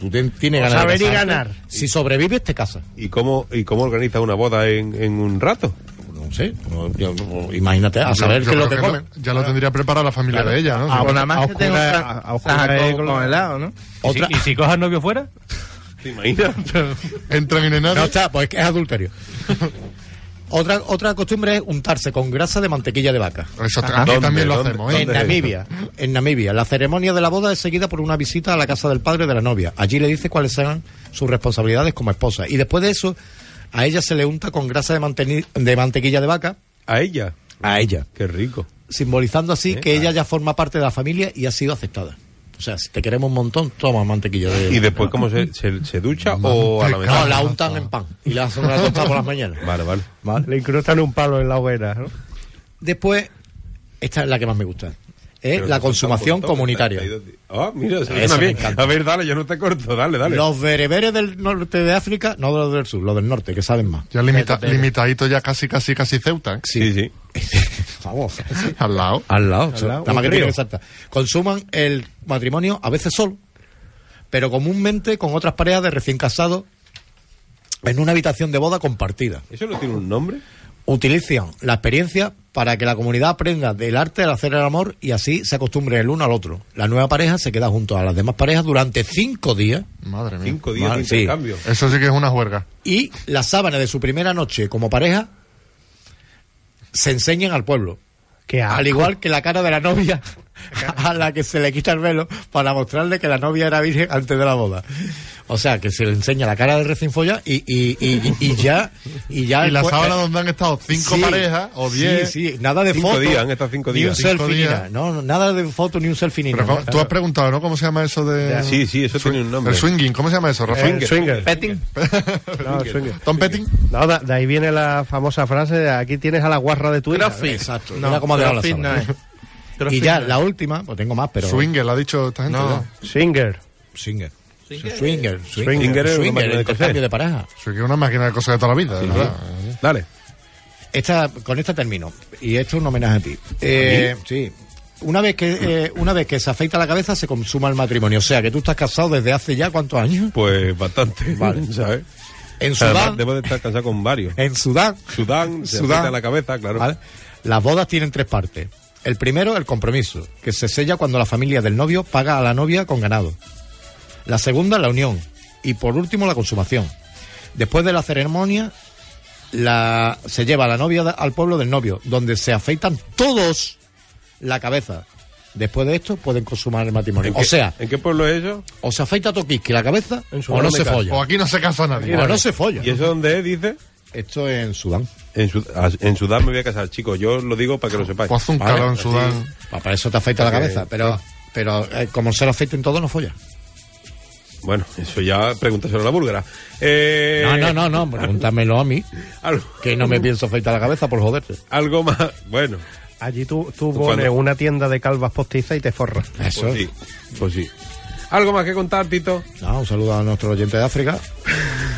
Tú te- tienes ganas saber y casarte. ganar. Si sobrevives te casas. ¿Y cómo, ¿Y cómo organiza una boda en, en un rato? Pues No sé, no, yo- no, imagínate a saber Yo qué es creo lo que que comen. no, ya lo tendría preparada la familia de ella, ¿no? Ah, bueno, nada más a que tengo oscura- sa- a oscura saca de con, color. con helado, ¿no? ¿Y si, Otra- y si cojas *laughs* novio fuera? ¿Te imaginas? Entran en No está, pues es que *laughs* es adulterio. otra, otra costumbre es untarse con grasa de mantequilla de vaca. Eso aquí ¿Dónde, también lo dónde? hacemos, ¿eh? En Namibia, en Namibia. La ceremonia de la boda es seguida por una visita a la casa del padre de la novia. Allí le dice cuáles serán sus responsabilidades como esposa. Y después de eso, a ella se le unta con grasa de, manteni- de mantequilla de vaca. A ella. A ella. Qué rico. Simbolizando así que ella ya forma parte de la familia y ha sido aceptada. O sea, si te queremos un montón, toma mantequilla de ¿Y después cómo se, se, se ducha o a la No, ventana? la untan en pan y la hacen una *laughs* tostada por las mañanas. Vale, vale. Le incrustan un palo en la hoguera, ¿no? Después, esta es la que más me gusta. Es Pero Eh, la te falta un consumación montón, comunitaria. te has ido- Ah, mira, eso Eso suena me bien. encanta. A ver, dale, yo no te corto, dale, dale. Los bereberes del norte de África, no los del sur, los del norte, que saben más. Ya limita- limitadito ya casi, casi, casi Ceuta, ¿eh? sí, sí. Vamos. Al lado. Al lado. o sea, lado, Nada más un que río. tiene que saltar. Consuman el matrimonio a veces solo, pero comúnmente con otras parejas de recién casados en una habitación de boda compartida. ¿Eso no tiene un nombre? Utilizan la experiencia para que la comunidad aprenda del arte de hacer el amor y así se acostumbre el uno al otro. La nueva pareja se queda junto a las demás parejas durante cinco días Madre mía. Cinco días Mm. Vale, de sí. intercambio. Eso sí que es una juerga. y la sábana de su primera noche como pareja se enseñan al pueblo. Que Al igual que la cara de la novia a la que se le quita el velo para mostrarle que la novia era virgen antes de la boda. O sea, que se le enseña la cara del recién follado y, y, y, y ya... Y, ya Y la el pue- sábana donde han estado cinco pues, Sí, parejas o diez. Sí, sí, nada de Cinco foto. días, han estado cinco Ni un días. Cinco selfie, ni días. nada. No, no, nada de foto, ni un selfie, ni Pero nada. ¿cómo- tú has preguntado, ¿no? ¿Cómo se llama eso de...? Sí, sí, eso tiene un nombre. El swinging, ¿cómo se llama eso, Rafa? swinger. *laughs* swinger. Petting. No, swinger. Tom Petting. No, da- de ahí viene la famosa frase de aquí tienes a la guarra de tu hija. Crossfit. Exacto, No, era como de la crossfit sábana. no es. Y Crossfit ya no es. la última, pues tengo más, pero... Swinger, lo ha dicho esta gente. No. ya. Singer. Swinger. Swinger. Swinger. Swinger es una Swinger, máquina de el intercambio coser. de pareja. Swinger es una máquina de cosas de toda la vida. ¿verdad? Dale. Esta, con esta termino. Y esto es un homenaje a ti. Eh, sí. Una vez, que, eh, una vez que se afeita la cabeza, se consuma el matrimonio. O sea, que tú estás casado desde hace ya cuántos años. Pues bastante. *laughs* Vale. ¿Sabes? En Además, Sudán. debo de estar cansado con varios. En Sudán. Sudán, se Sudán. Sudán. la cabeza, claro. ¿vale? Las bodas tienen tres partes. El primero, el compromiso, que se sella cuando la familia del novio paga a la novia con ganado. La segunda, la unión. Y por último, la consumación. Después de la ceremonia, la, se lleva a la novia da- al pueblo del novio, donde se afeitan todos la cabeza. Después de esto, pueden consumar el matrimonio. ¿En O qué- sea, ¿En qué pueblo es eso? o se afeita Toquisque la cabeza, En su o no nombre, se claro. folla. O aquí no se casa nadie. O no se folla. ¿Y eso dónde es, dice? Esto es en Sudán. En, Sud- ah, en Sudán me voy a casar, chicos. Yo lo digo para que Ah, lo sepáis. O hace un Vale, calor en así. Sudán. Pa- Para eso te afeita la cabeza, pero, pero eh, como se lo afeiten todo, no folla. Bueno, eso ya pregúntaselo a la búlgara. Eh, No, no, no, no, pregúntamelo a mí, Algo, *laughs* que no me pienso afeitar la cabeza por joderte. algo más. Bueno, Allí tú, tú ¿Cuándo? pones una tienda de calvas postizas y te forras. Eso. pues sí. Pues sí. ¿Algo más que contar, Tito? No, un saludo a nuestro oyente de África.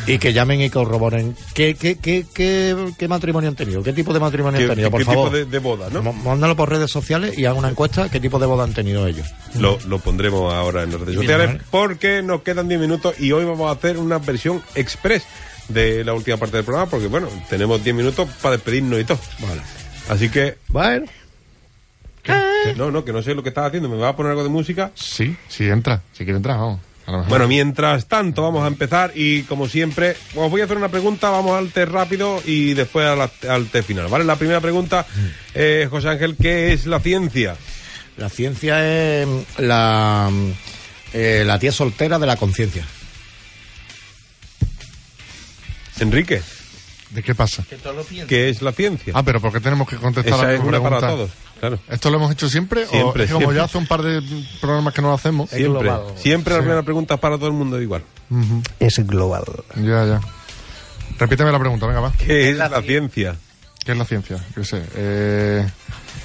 Y que llamen y corroboren. ¿Qué, qué, qué, qué, qué matrimonio han tenido? ¿Qué tipo de matrimonio ¿Qué, han tenido? qué- por qué favor. tipo de, de boda, no? Mo- Mándalo por redes sociales y hagan una encuesta. ¿Qué tipo de boda han tenido ellos? Lo, lo pondremos ahora en las redes Mira, sociales ¿vale? porque nos quedan 10 minutos y hoy vamos a hacer una versión express de la última parte del programa porque, bueno, tenemos 10 minutos para despedirnos y todo. Vale. Así que, Bueno, no, no, que no sé lo que estás haciendo. ¿Me vas a poner algo de música? Sí, sí, entra. Si quiere entrar, vamos. A lo mejor. Bueno, mientras tanto, vamos a empezar y como siempre, os voy a hacer una pregunta, vamos al test rápido y después al, al test final, ¿vale? La primera pregunta, Mm. eh, José Ángel, ¿qué es la ciencia? La ciencia es mm, la, mm, eh, la tía soltera de la conciencia. Enrique, ¿De qué pasa? Que todo lo piensa. ¿qué es la ciencia? Ah, pero porque tenemos que contestar la Esa es misma una para pregunta? todos, claro. ¿Esto lo hemos hecho siempre? Siempre, o es que como siempre. ya hace un par de programas que no lo hacemos. Siempre, global. siempre la primera pregunta es para todo el mundo igual. Ujú, es global. Ya, ya. Repíteme la pregunta, venga, va. ¿Qué es la, ciencia? ¿Qué es la ciencia? Yo qué sé. eh,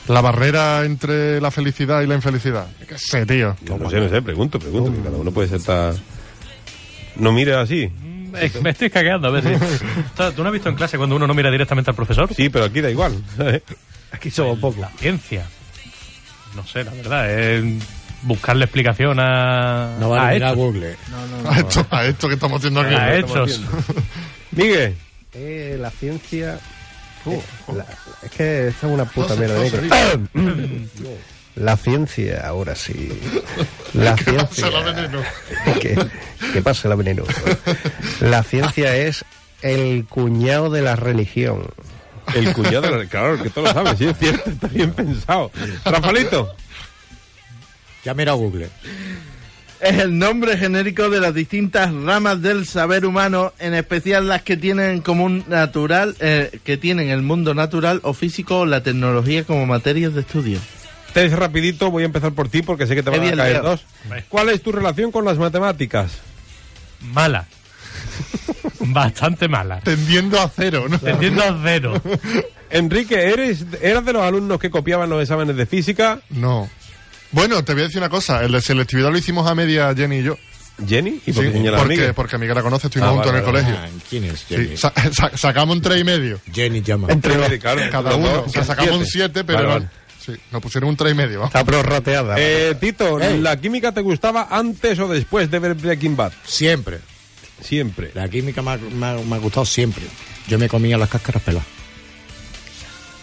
la barrera entre la felicidad y la infelicidad. Yo qué sé, tío. No, no sé, no sé, pregunto, pregunto, que cada uno puede ser tan... No mire así. Eh, Me estoy cagueando *laughs* a veces. ¿Tú tú no has visto en clase cuando uno no mira directamente al profesor? Sí, pero aquí da igual. ¿sabes? Aquí somos poco. La ciencia. No sé, la verdad. Es buscarle explicación a. No vale a mirar hechos. Google. A, esto, a esto que estamos haciendo aquí. A hechos. Miguel, Eh, la ciencia. Oh. Eh, la- es que esta es una puta mierda. de micro. *coughs* La ciencia, ahora sí. *laughs* La ciencia. Se la veneno. *laughs* que, que pase la veneno. La ciencia es el cuñado de la religión. el cuñado, *laughs* de la- claro, que todo lo sabes, sí, es cierto, está bien pensado. Rafaelito, Ya mira Google. Es el nombre genérico de las distintas ramas del saber humano, en especial las que tienen en común natural, eh, que tienen el mundo natural o físico o la tecnología como materias de estudio. tres rapidito, voy a empezar por ti porque sé que te van a Qué bien, caer Leo. dos. ¿Cuál es tu relación con las matemáticas? Mala. *laughs* Bastante mala. Tendiendo a cero, ¿no? Tendiendo a cero. Enrique, ¿eres, ¿eras de los alumnos que copiaban los exámenes de física? No. Bueno, te voy a decir una cosa. El de selectividad lo hicimos a media Jenny y yo. Jenny, ¿y por qué Sí, señalas a porque, Miguel? porque Miguel la conoce, estuvimos Ah, juntos vale, en el vale, colegio. Ah, ¿Quién es Sí, Jenny? sa- sa- sacamos un tres y medio. Jenny llama. Entre los- Claro, Cada los uno. dos, o sea, sacamos un siete. 7, pero Vale, eran- vale. sí, nos pusieron un 3 y medio. vamos. Está prorrateada. Eh, Tito, ¿la química te gustaba antes o después de ver Breaking Bad? Siempre. Siempre. La química me ha, me ha- me ha gustado siempre. Yo me comía las cáscaras peladas.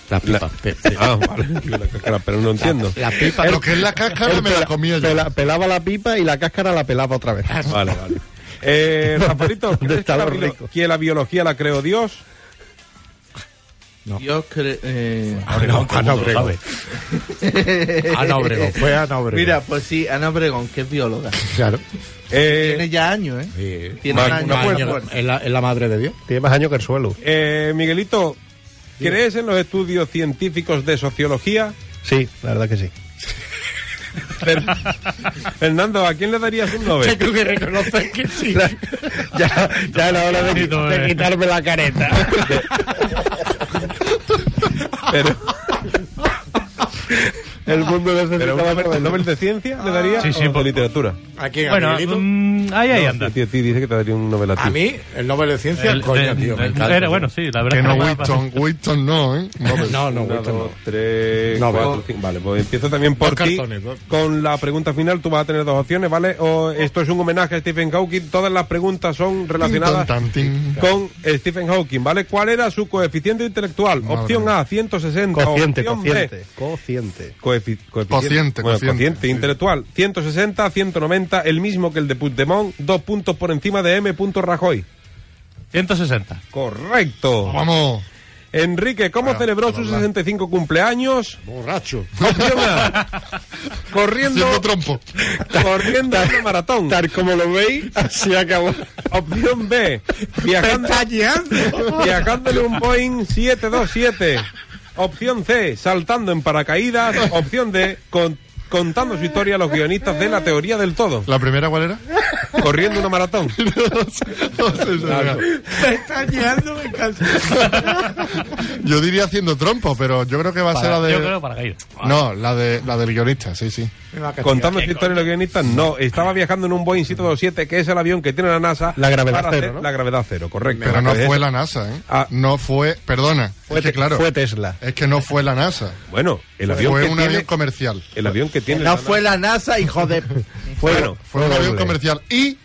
Las pipas. pe- pe- Ah, vale. La cáscara, pero no entiendo. las pipas. Lo que es la cáscara Él me la pela- comía yo. pela- pelaba la pipa y la cáscara la pelaba otra vez. Vale, vale. Eh, *laughs* Rafaelito, ¿crees que está la, lo bio- rico? que la biología la creó Dios? Dios cre- eh, Ah, No, Ana Obregón. Ana Obregón. Fue Ana Obregón. Mira, pues sí, Ana Obregón, que es bióloga. claro. Tiene Eh, ya años, *laughs* ¿eh? Sí. Tiene Más- un año. una más buena- años. ¿Es la, es la madre de Dios. Tiene más años que el suelo. eh, Miguelito, ¿crees en los estudios científicos de *laughs* sociología? Sí, la verdad que sí. Fer- Fernando, ¿a quién le darías un Nobel? Creo que reconoces que sí. ya, ya era hora de, qui- Bonito, de eh. quitarme la careta. Pero, El mundo pero necesitaba un Nobel, saber- ¿el Nobel de ciencia le daría Sí, sí, o de por- literatura? ¿A quién? ¿A Bueno, Miguelito? mm, ahí, ahí A anda. ti- a ti dice que te daría un Nobel a ti. A mí, el Nobel de Ciencia, El- coño, de- tío, me de- encanta. era bueno, sí, la verdad. Que no, es Winston, Winston no, ¿eh? No, pues, No, no, Una, Winston no. dos, tres, No, cuatro, pero- cinco. Vale, pues empiezo también por Dos ti. cartones, dos. Con la pregunta final, tú vas a tener dos opciones, ¿vale? O esto es un homenaje a Stephen Hawking. Todas las preguntas son relacionadas Tin, tan, tin. con Stephen Hawking, ¿vale? ¿Cuál era su coeficiente intelectual? Madre Opción mía. A, 160. Cociente, opción cociente, B, cociente. coefi- Cociente, bueno, cociente, sí. intelectual. 160, 190, el mismo que el de Puigdemont, dos puntos por encima de M. Rajoy. 160. Correcto. Vamos. Enrique, ¿cómo celebró sus 65 cumpleaños? Borracho. Opción *laughs* A. Corriendo, Haciendo trompo. corriendo una maratón. Tal como lo veis, así acabó. Opción B. Viajando, viajando en un Boeing 727. Opción C. Saltando en paracaídas. Opción D. con- contando su historia a los guionistas de la teoría del todo. ¿La primera *laughs* cuál era? Corriendo una maratón. No sé, señora. Yo diría haciendo trompo, pero yo creo que va a ser la Yo de. creo para caer. No, la de la del guionista, sí, sí. contando esta historia en los guionistas, no. Estaba viajando en un Boeing 727, que es el avión que tiene la NASA. La gravedad para cero, hacer- ¿no? La gravedad cero, correcto. Pero no Es- fue la NASA, ¿eh? Ah. No fue. Perdona. Fue, es que, Te- claro. fue Tesla. Es que no fue la NASA. Bueno, el avión Fue que un tiene... avión comercial. El avión que tiene... No fue la NASA, hijo de... Fue, Bueno, Fue un avión doble. comercial. Y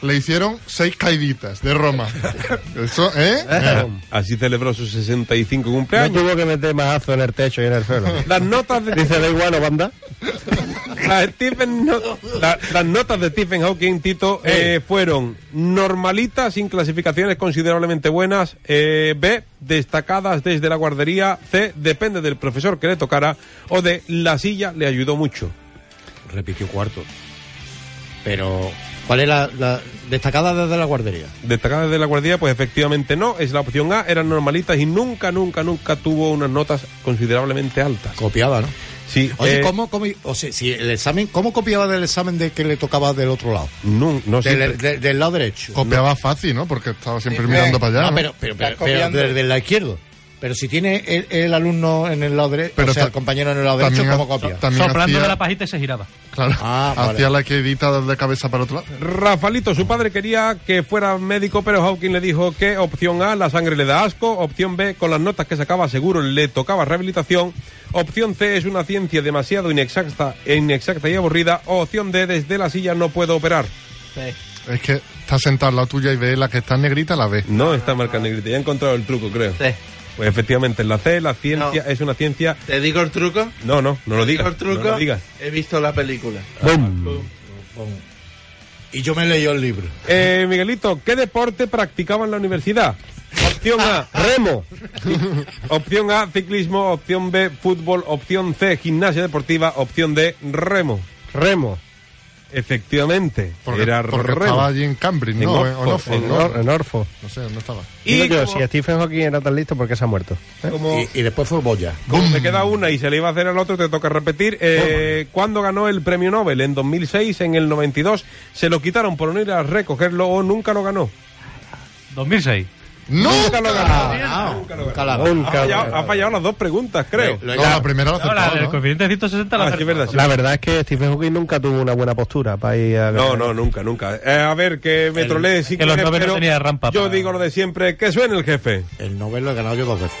le hicieron seis caiditas *laughs* de Roma. Eso, ¿eh? Eh. Así celebró sus 65 No cumpleaños. tuvo que meter mazazo en el techo y en *laughs* el suelo. Las *laughs* notas de... Dice, da igual, ¿no, banda? Las, Stephen no- la- las notas de Stephen Hawking, Tito, eh, fueron normalitas, sin clasificaciones considerablemente buenas. eh, B, destacadas desde la guardería. C, depende del profesor que le tocara. O D, la silla le ayudó mucho. Repitió cuarto. Pero, ¿cuál es la, la destacada desde la guardería? Destacadas desde la guardería, pues efectivamente no. Es la opción A, eran normalitas y nunca, nunca, nunca tuvo unas notas considerablemente altas. Copiaba, ¿no? Sí, Oye, eh, ¿cómo, cómo- o sea, si el examen, ¿cómo copiaba del examen de que le tocaba del otro lado? nun- no Del, siempre- de- del lado derecho. Copiaba fácil, ¿no? Porque estaba siempre mirando para allá. No, ¿no? pero, pero, pero, Estás pero copiando. desde el lado izquierdo. Pero si tiene el, el alumno en el lado derecho, o sea, ta- el compañero en el lado derecho, también ¿cómo ha- copia? También Soplando hacía, de la pajita y se giraba. Claro, Ah, vale. hacía la caidita desde cabeza para otro lado. Rafalito, su padre quería que fuera médico, pero Hawking le dijo que opción A, la sangre le da asco, opción B, con las notas que sacaba seguro le tocaba rehabilitación, opción C es una ciencia demasiado inexacta, inexacta y aburrida, o opción D, desde la silla no puedo operar. Es que está sentado al lado tuya y ve la que está negrita, la ve. No está marca negrita, ya he encontrado el truco, creo. Sí. Pues efectivamente, la C, la ciencia No. es una ciencia... ¿Te digo el truco? No, no, no lo ¿Te digo digas. el truco? No lo digas. He visto la película. Y yo me leí el libro. Eh, Miguelito, ¿qué deporte practicaba en la universidad? Opción A, Ah, remo. Opción A, ciclismo. Opción B, fútbol. Opción C, gimnasia deportiva. Opción D, remo. Remo. Efectivamente, Porque, era porque remo. estaba allí en Cambridge, En ¿no? Eh, Oxford, o no fue, en ¿no? Or- En Orfo. No sé, no estaba. Digo Y yo, como, si Stephen Hawking era tan listo, ¿por qué se ha muerto? como- Y, y después fue Boya. como te queda una y se le iba a hacer al otro, te toca repetir. Eh, ¿Cuándo ganó el premio Nobel? En 2006, en el 92. ¿Se lo quitaron por no ir a recogerlo o nunca lo ganó? 2006. ¡No! Nunca lo ganó. Nunca la- Ha fallado, ha fallado las dos preguntas, creo. Lo- No, la primera la No, la acertaba, del ¿no? coeficiente de 160 la Ah, sí, acertó. verdad, sí. La verdad es que Stephen Hawking nunca tuvo una buena postura para ir a... No, no, nunca, nunca. Eh, a ver, que me trolee si que los quieres, Nobel no pero tenían rampa Yo para- digo lo de siempre, que suene el jefe. El Nobel lo he ganado yo dos veces.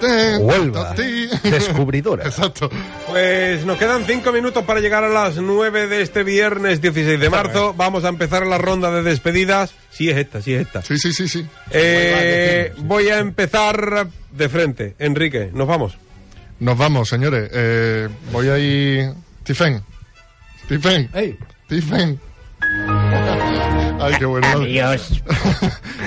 Te- Huelva. ti. Descubridora. *laughs* Exacto. Pues nos quedan cinco minutos para llegar a las nueve de este viernes 16 de marzo. Vamos a empezar la ronda de despedidas. Sí es esta, sí es esta. Sí, sí, sí, sí. Eh, voy a empezar de frente. Enrique, nos vamos. Nos vamos, señores. Eh, voy ahí. Tifen. Tifen. ¡Ey! Tifen. *laughs* Ay, qué bueno. Adiós.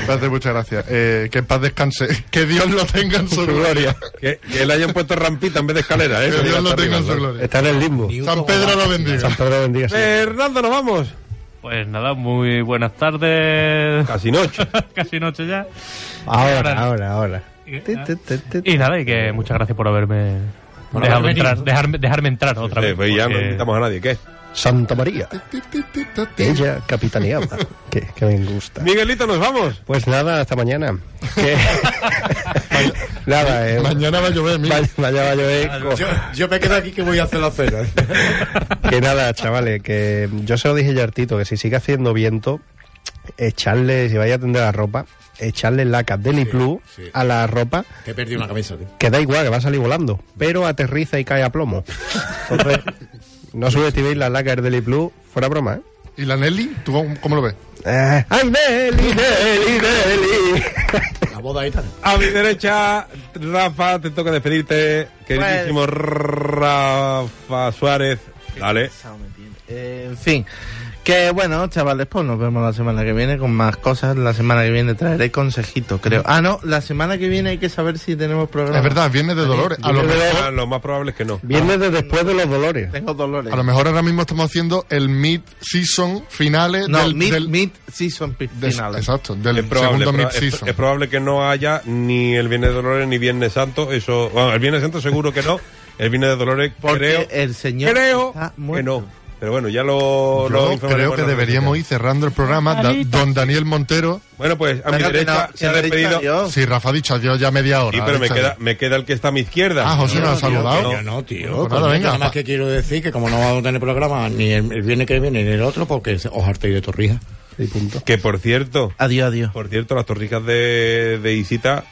gracias, muchas gracias. Eh, que en paz descanse. *laughs* Que Dios lo tenga en su gloria. Que, que le hayan puesto rampita en vez de escalera, ¿eh? *laughs* Que Dios lo tenga en su gloria. Está en el limbo. San Pedro lo bendiga. San Pedro bendiga. sí. Fernando, nos vamos. Pues nada, muy buenas tardes. Casi noche. *laughs* Casi noche ya. Ahora, ahora, ahora. Y- ah. Ti, ti, ti, ti. Y nada, y que muchas gracias por haberme dejado entrar, dejarme, dejarme entrar otra Eh, vez. pues ya no porque- invitamos a nadie, ¿qué? Santa María. Ella *laughs* capitaneaba. que, que me gusta. Miguelito, nos vamos. Pues nada, hasta mañana. *laughs* Que- *laughs* nada, eh. Mañana va a llover, mira. Vaya, vaya, vaya, eh, co- Yo, yo me quedo aquí que voy a hacer la cena. Que nada, chavales, que yo se lo dije ya al Tito, que si sigue haciendo viento, echarle, si vais a tender la ropa, echarle lacas de Niplu sí. a la ropa, *laughs* Que he perdido una camisa, tío. que da igual, que va a salir volando, pero aterriza y cae a plomo. Entonces, no subestiméis las lacas de Niplu, fuera broma, ¿eh? ¿Y la Nelly? ¿Tú cómo- cómo lo ves? Eh, ¡Ay, Nelly, Nelly, Nelly! La boda ahí también. A mi derecha, Rafa, te toca despedirte. Pues. Queridísimo Rafa Suárez. Dale. Pesado me tiene. Eh, en fin, Que bueno, chavales, pues nos vemos la semana que viene con más cosas. La semana que viene traeré consejito, creo. Ah, no, la semana que viene hay que saber si tenemos programa. Es verdad, viene de Dolores. A lo, mejor, Ah, lo más probable es que no. Viene de después de los dolores. Tengo dolores. a lo mejor ahora mismo estamos haciendo el mid-season finales no, del, mid, del- mid season pi- des- final. Exacto, del Es probable, segundo es pro- es, mid-season. es probable que no haya ni el Viernes de Dolores ni Viernes Santo. Eso, bueno, el Viernes Santo seguro que no. El Viernes de Dolores *laughs* Porque creo, el señor creo está que muerto. no. Pero bueno, ya lo, lo Yo informaremos creo que en la deberíamos ir cerrando el programa. Da- don Daniel Montero. Bueno, pues a mi Pero que derecha no, se ha que derecha despedido. Dios. Sí, Rafa ha dicho adiós ya media hora. Sí, pero me Dicho queda, adiós. me queda el que está a mi izquierda. Ah, José nos ha saludado. no. No, tío. Bueno, pues coño, nada, venga. Nada más que quiero decir que como no vamos a tener programa ni el, el viernes que viene ni el otro, porque se- os hartéis de torrija. Y punto. Que por cierto, Adiós, adiós. por cierto, las torrijas de, de Isita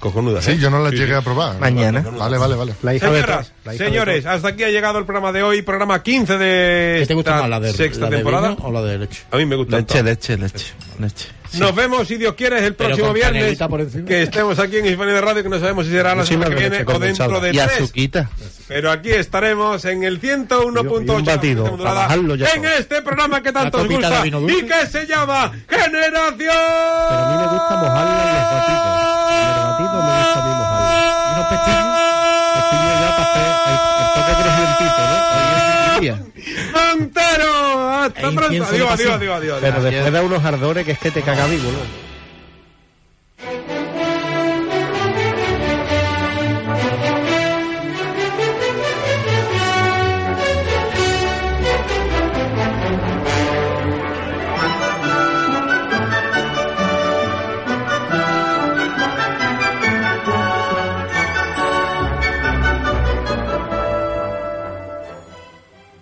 cojonudas. Sí, ¿eh? yo no la llegué a probar. Mañana. Vale, vale, vale. La hija Señoras, de Thor. La hija de señores, hasta aquí ha llegado el programa de hoy, programa 15 de ¿Qué te gusta esta más, la de, sexta la de temporada. vino o la de leche? A mí me gusta. Leche, leche, leche, leche. Nos vemos, si Dios quiere, el próximo con viernes. canelita por encima. Que estemos aquí en Hispania de Radio, que no sabemos si será la Encima semana que de viene leche o dentro condensada. de Y tres. azuquita. Pero aquí estaremos en el 101.8 Y un batido, de la modulada, para bajarlo ya en todo. este programa que tanto os copita gusta de vino dulce. E y que se llama Generación. Pero a mí me gusta mojarla en los batidos. En el batido me gusta a mí mojarla. Y unos pestillos. Pestillos ya para hacer el, el toque crujientito, ¿no? Montero, hasta pronto. Adiós, adiós, adiós, adiós. adiós. Pero después da unos ardores que es que te caga vivo, ¿no?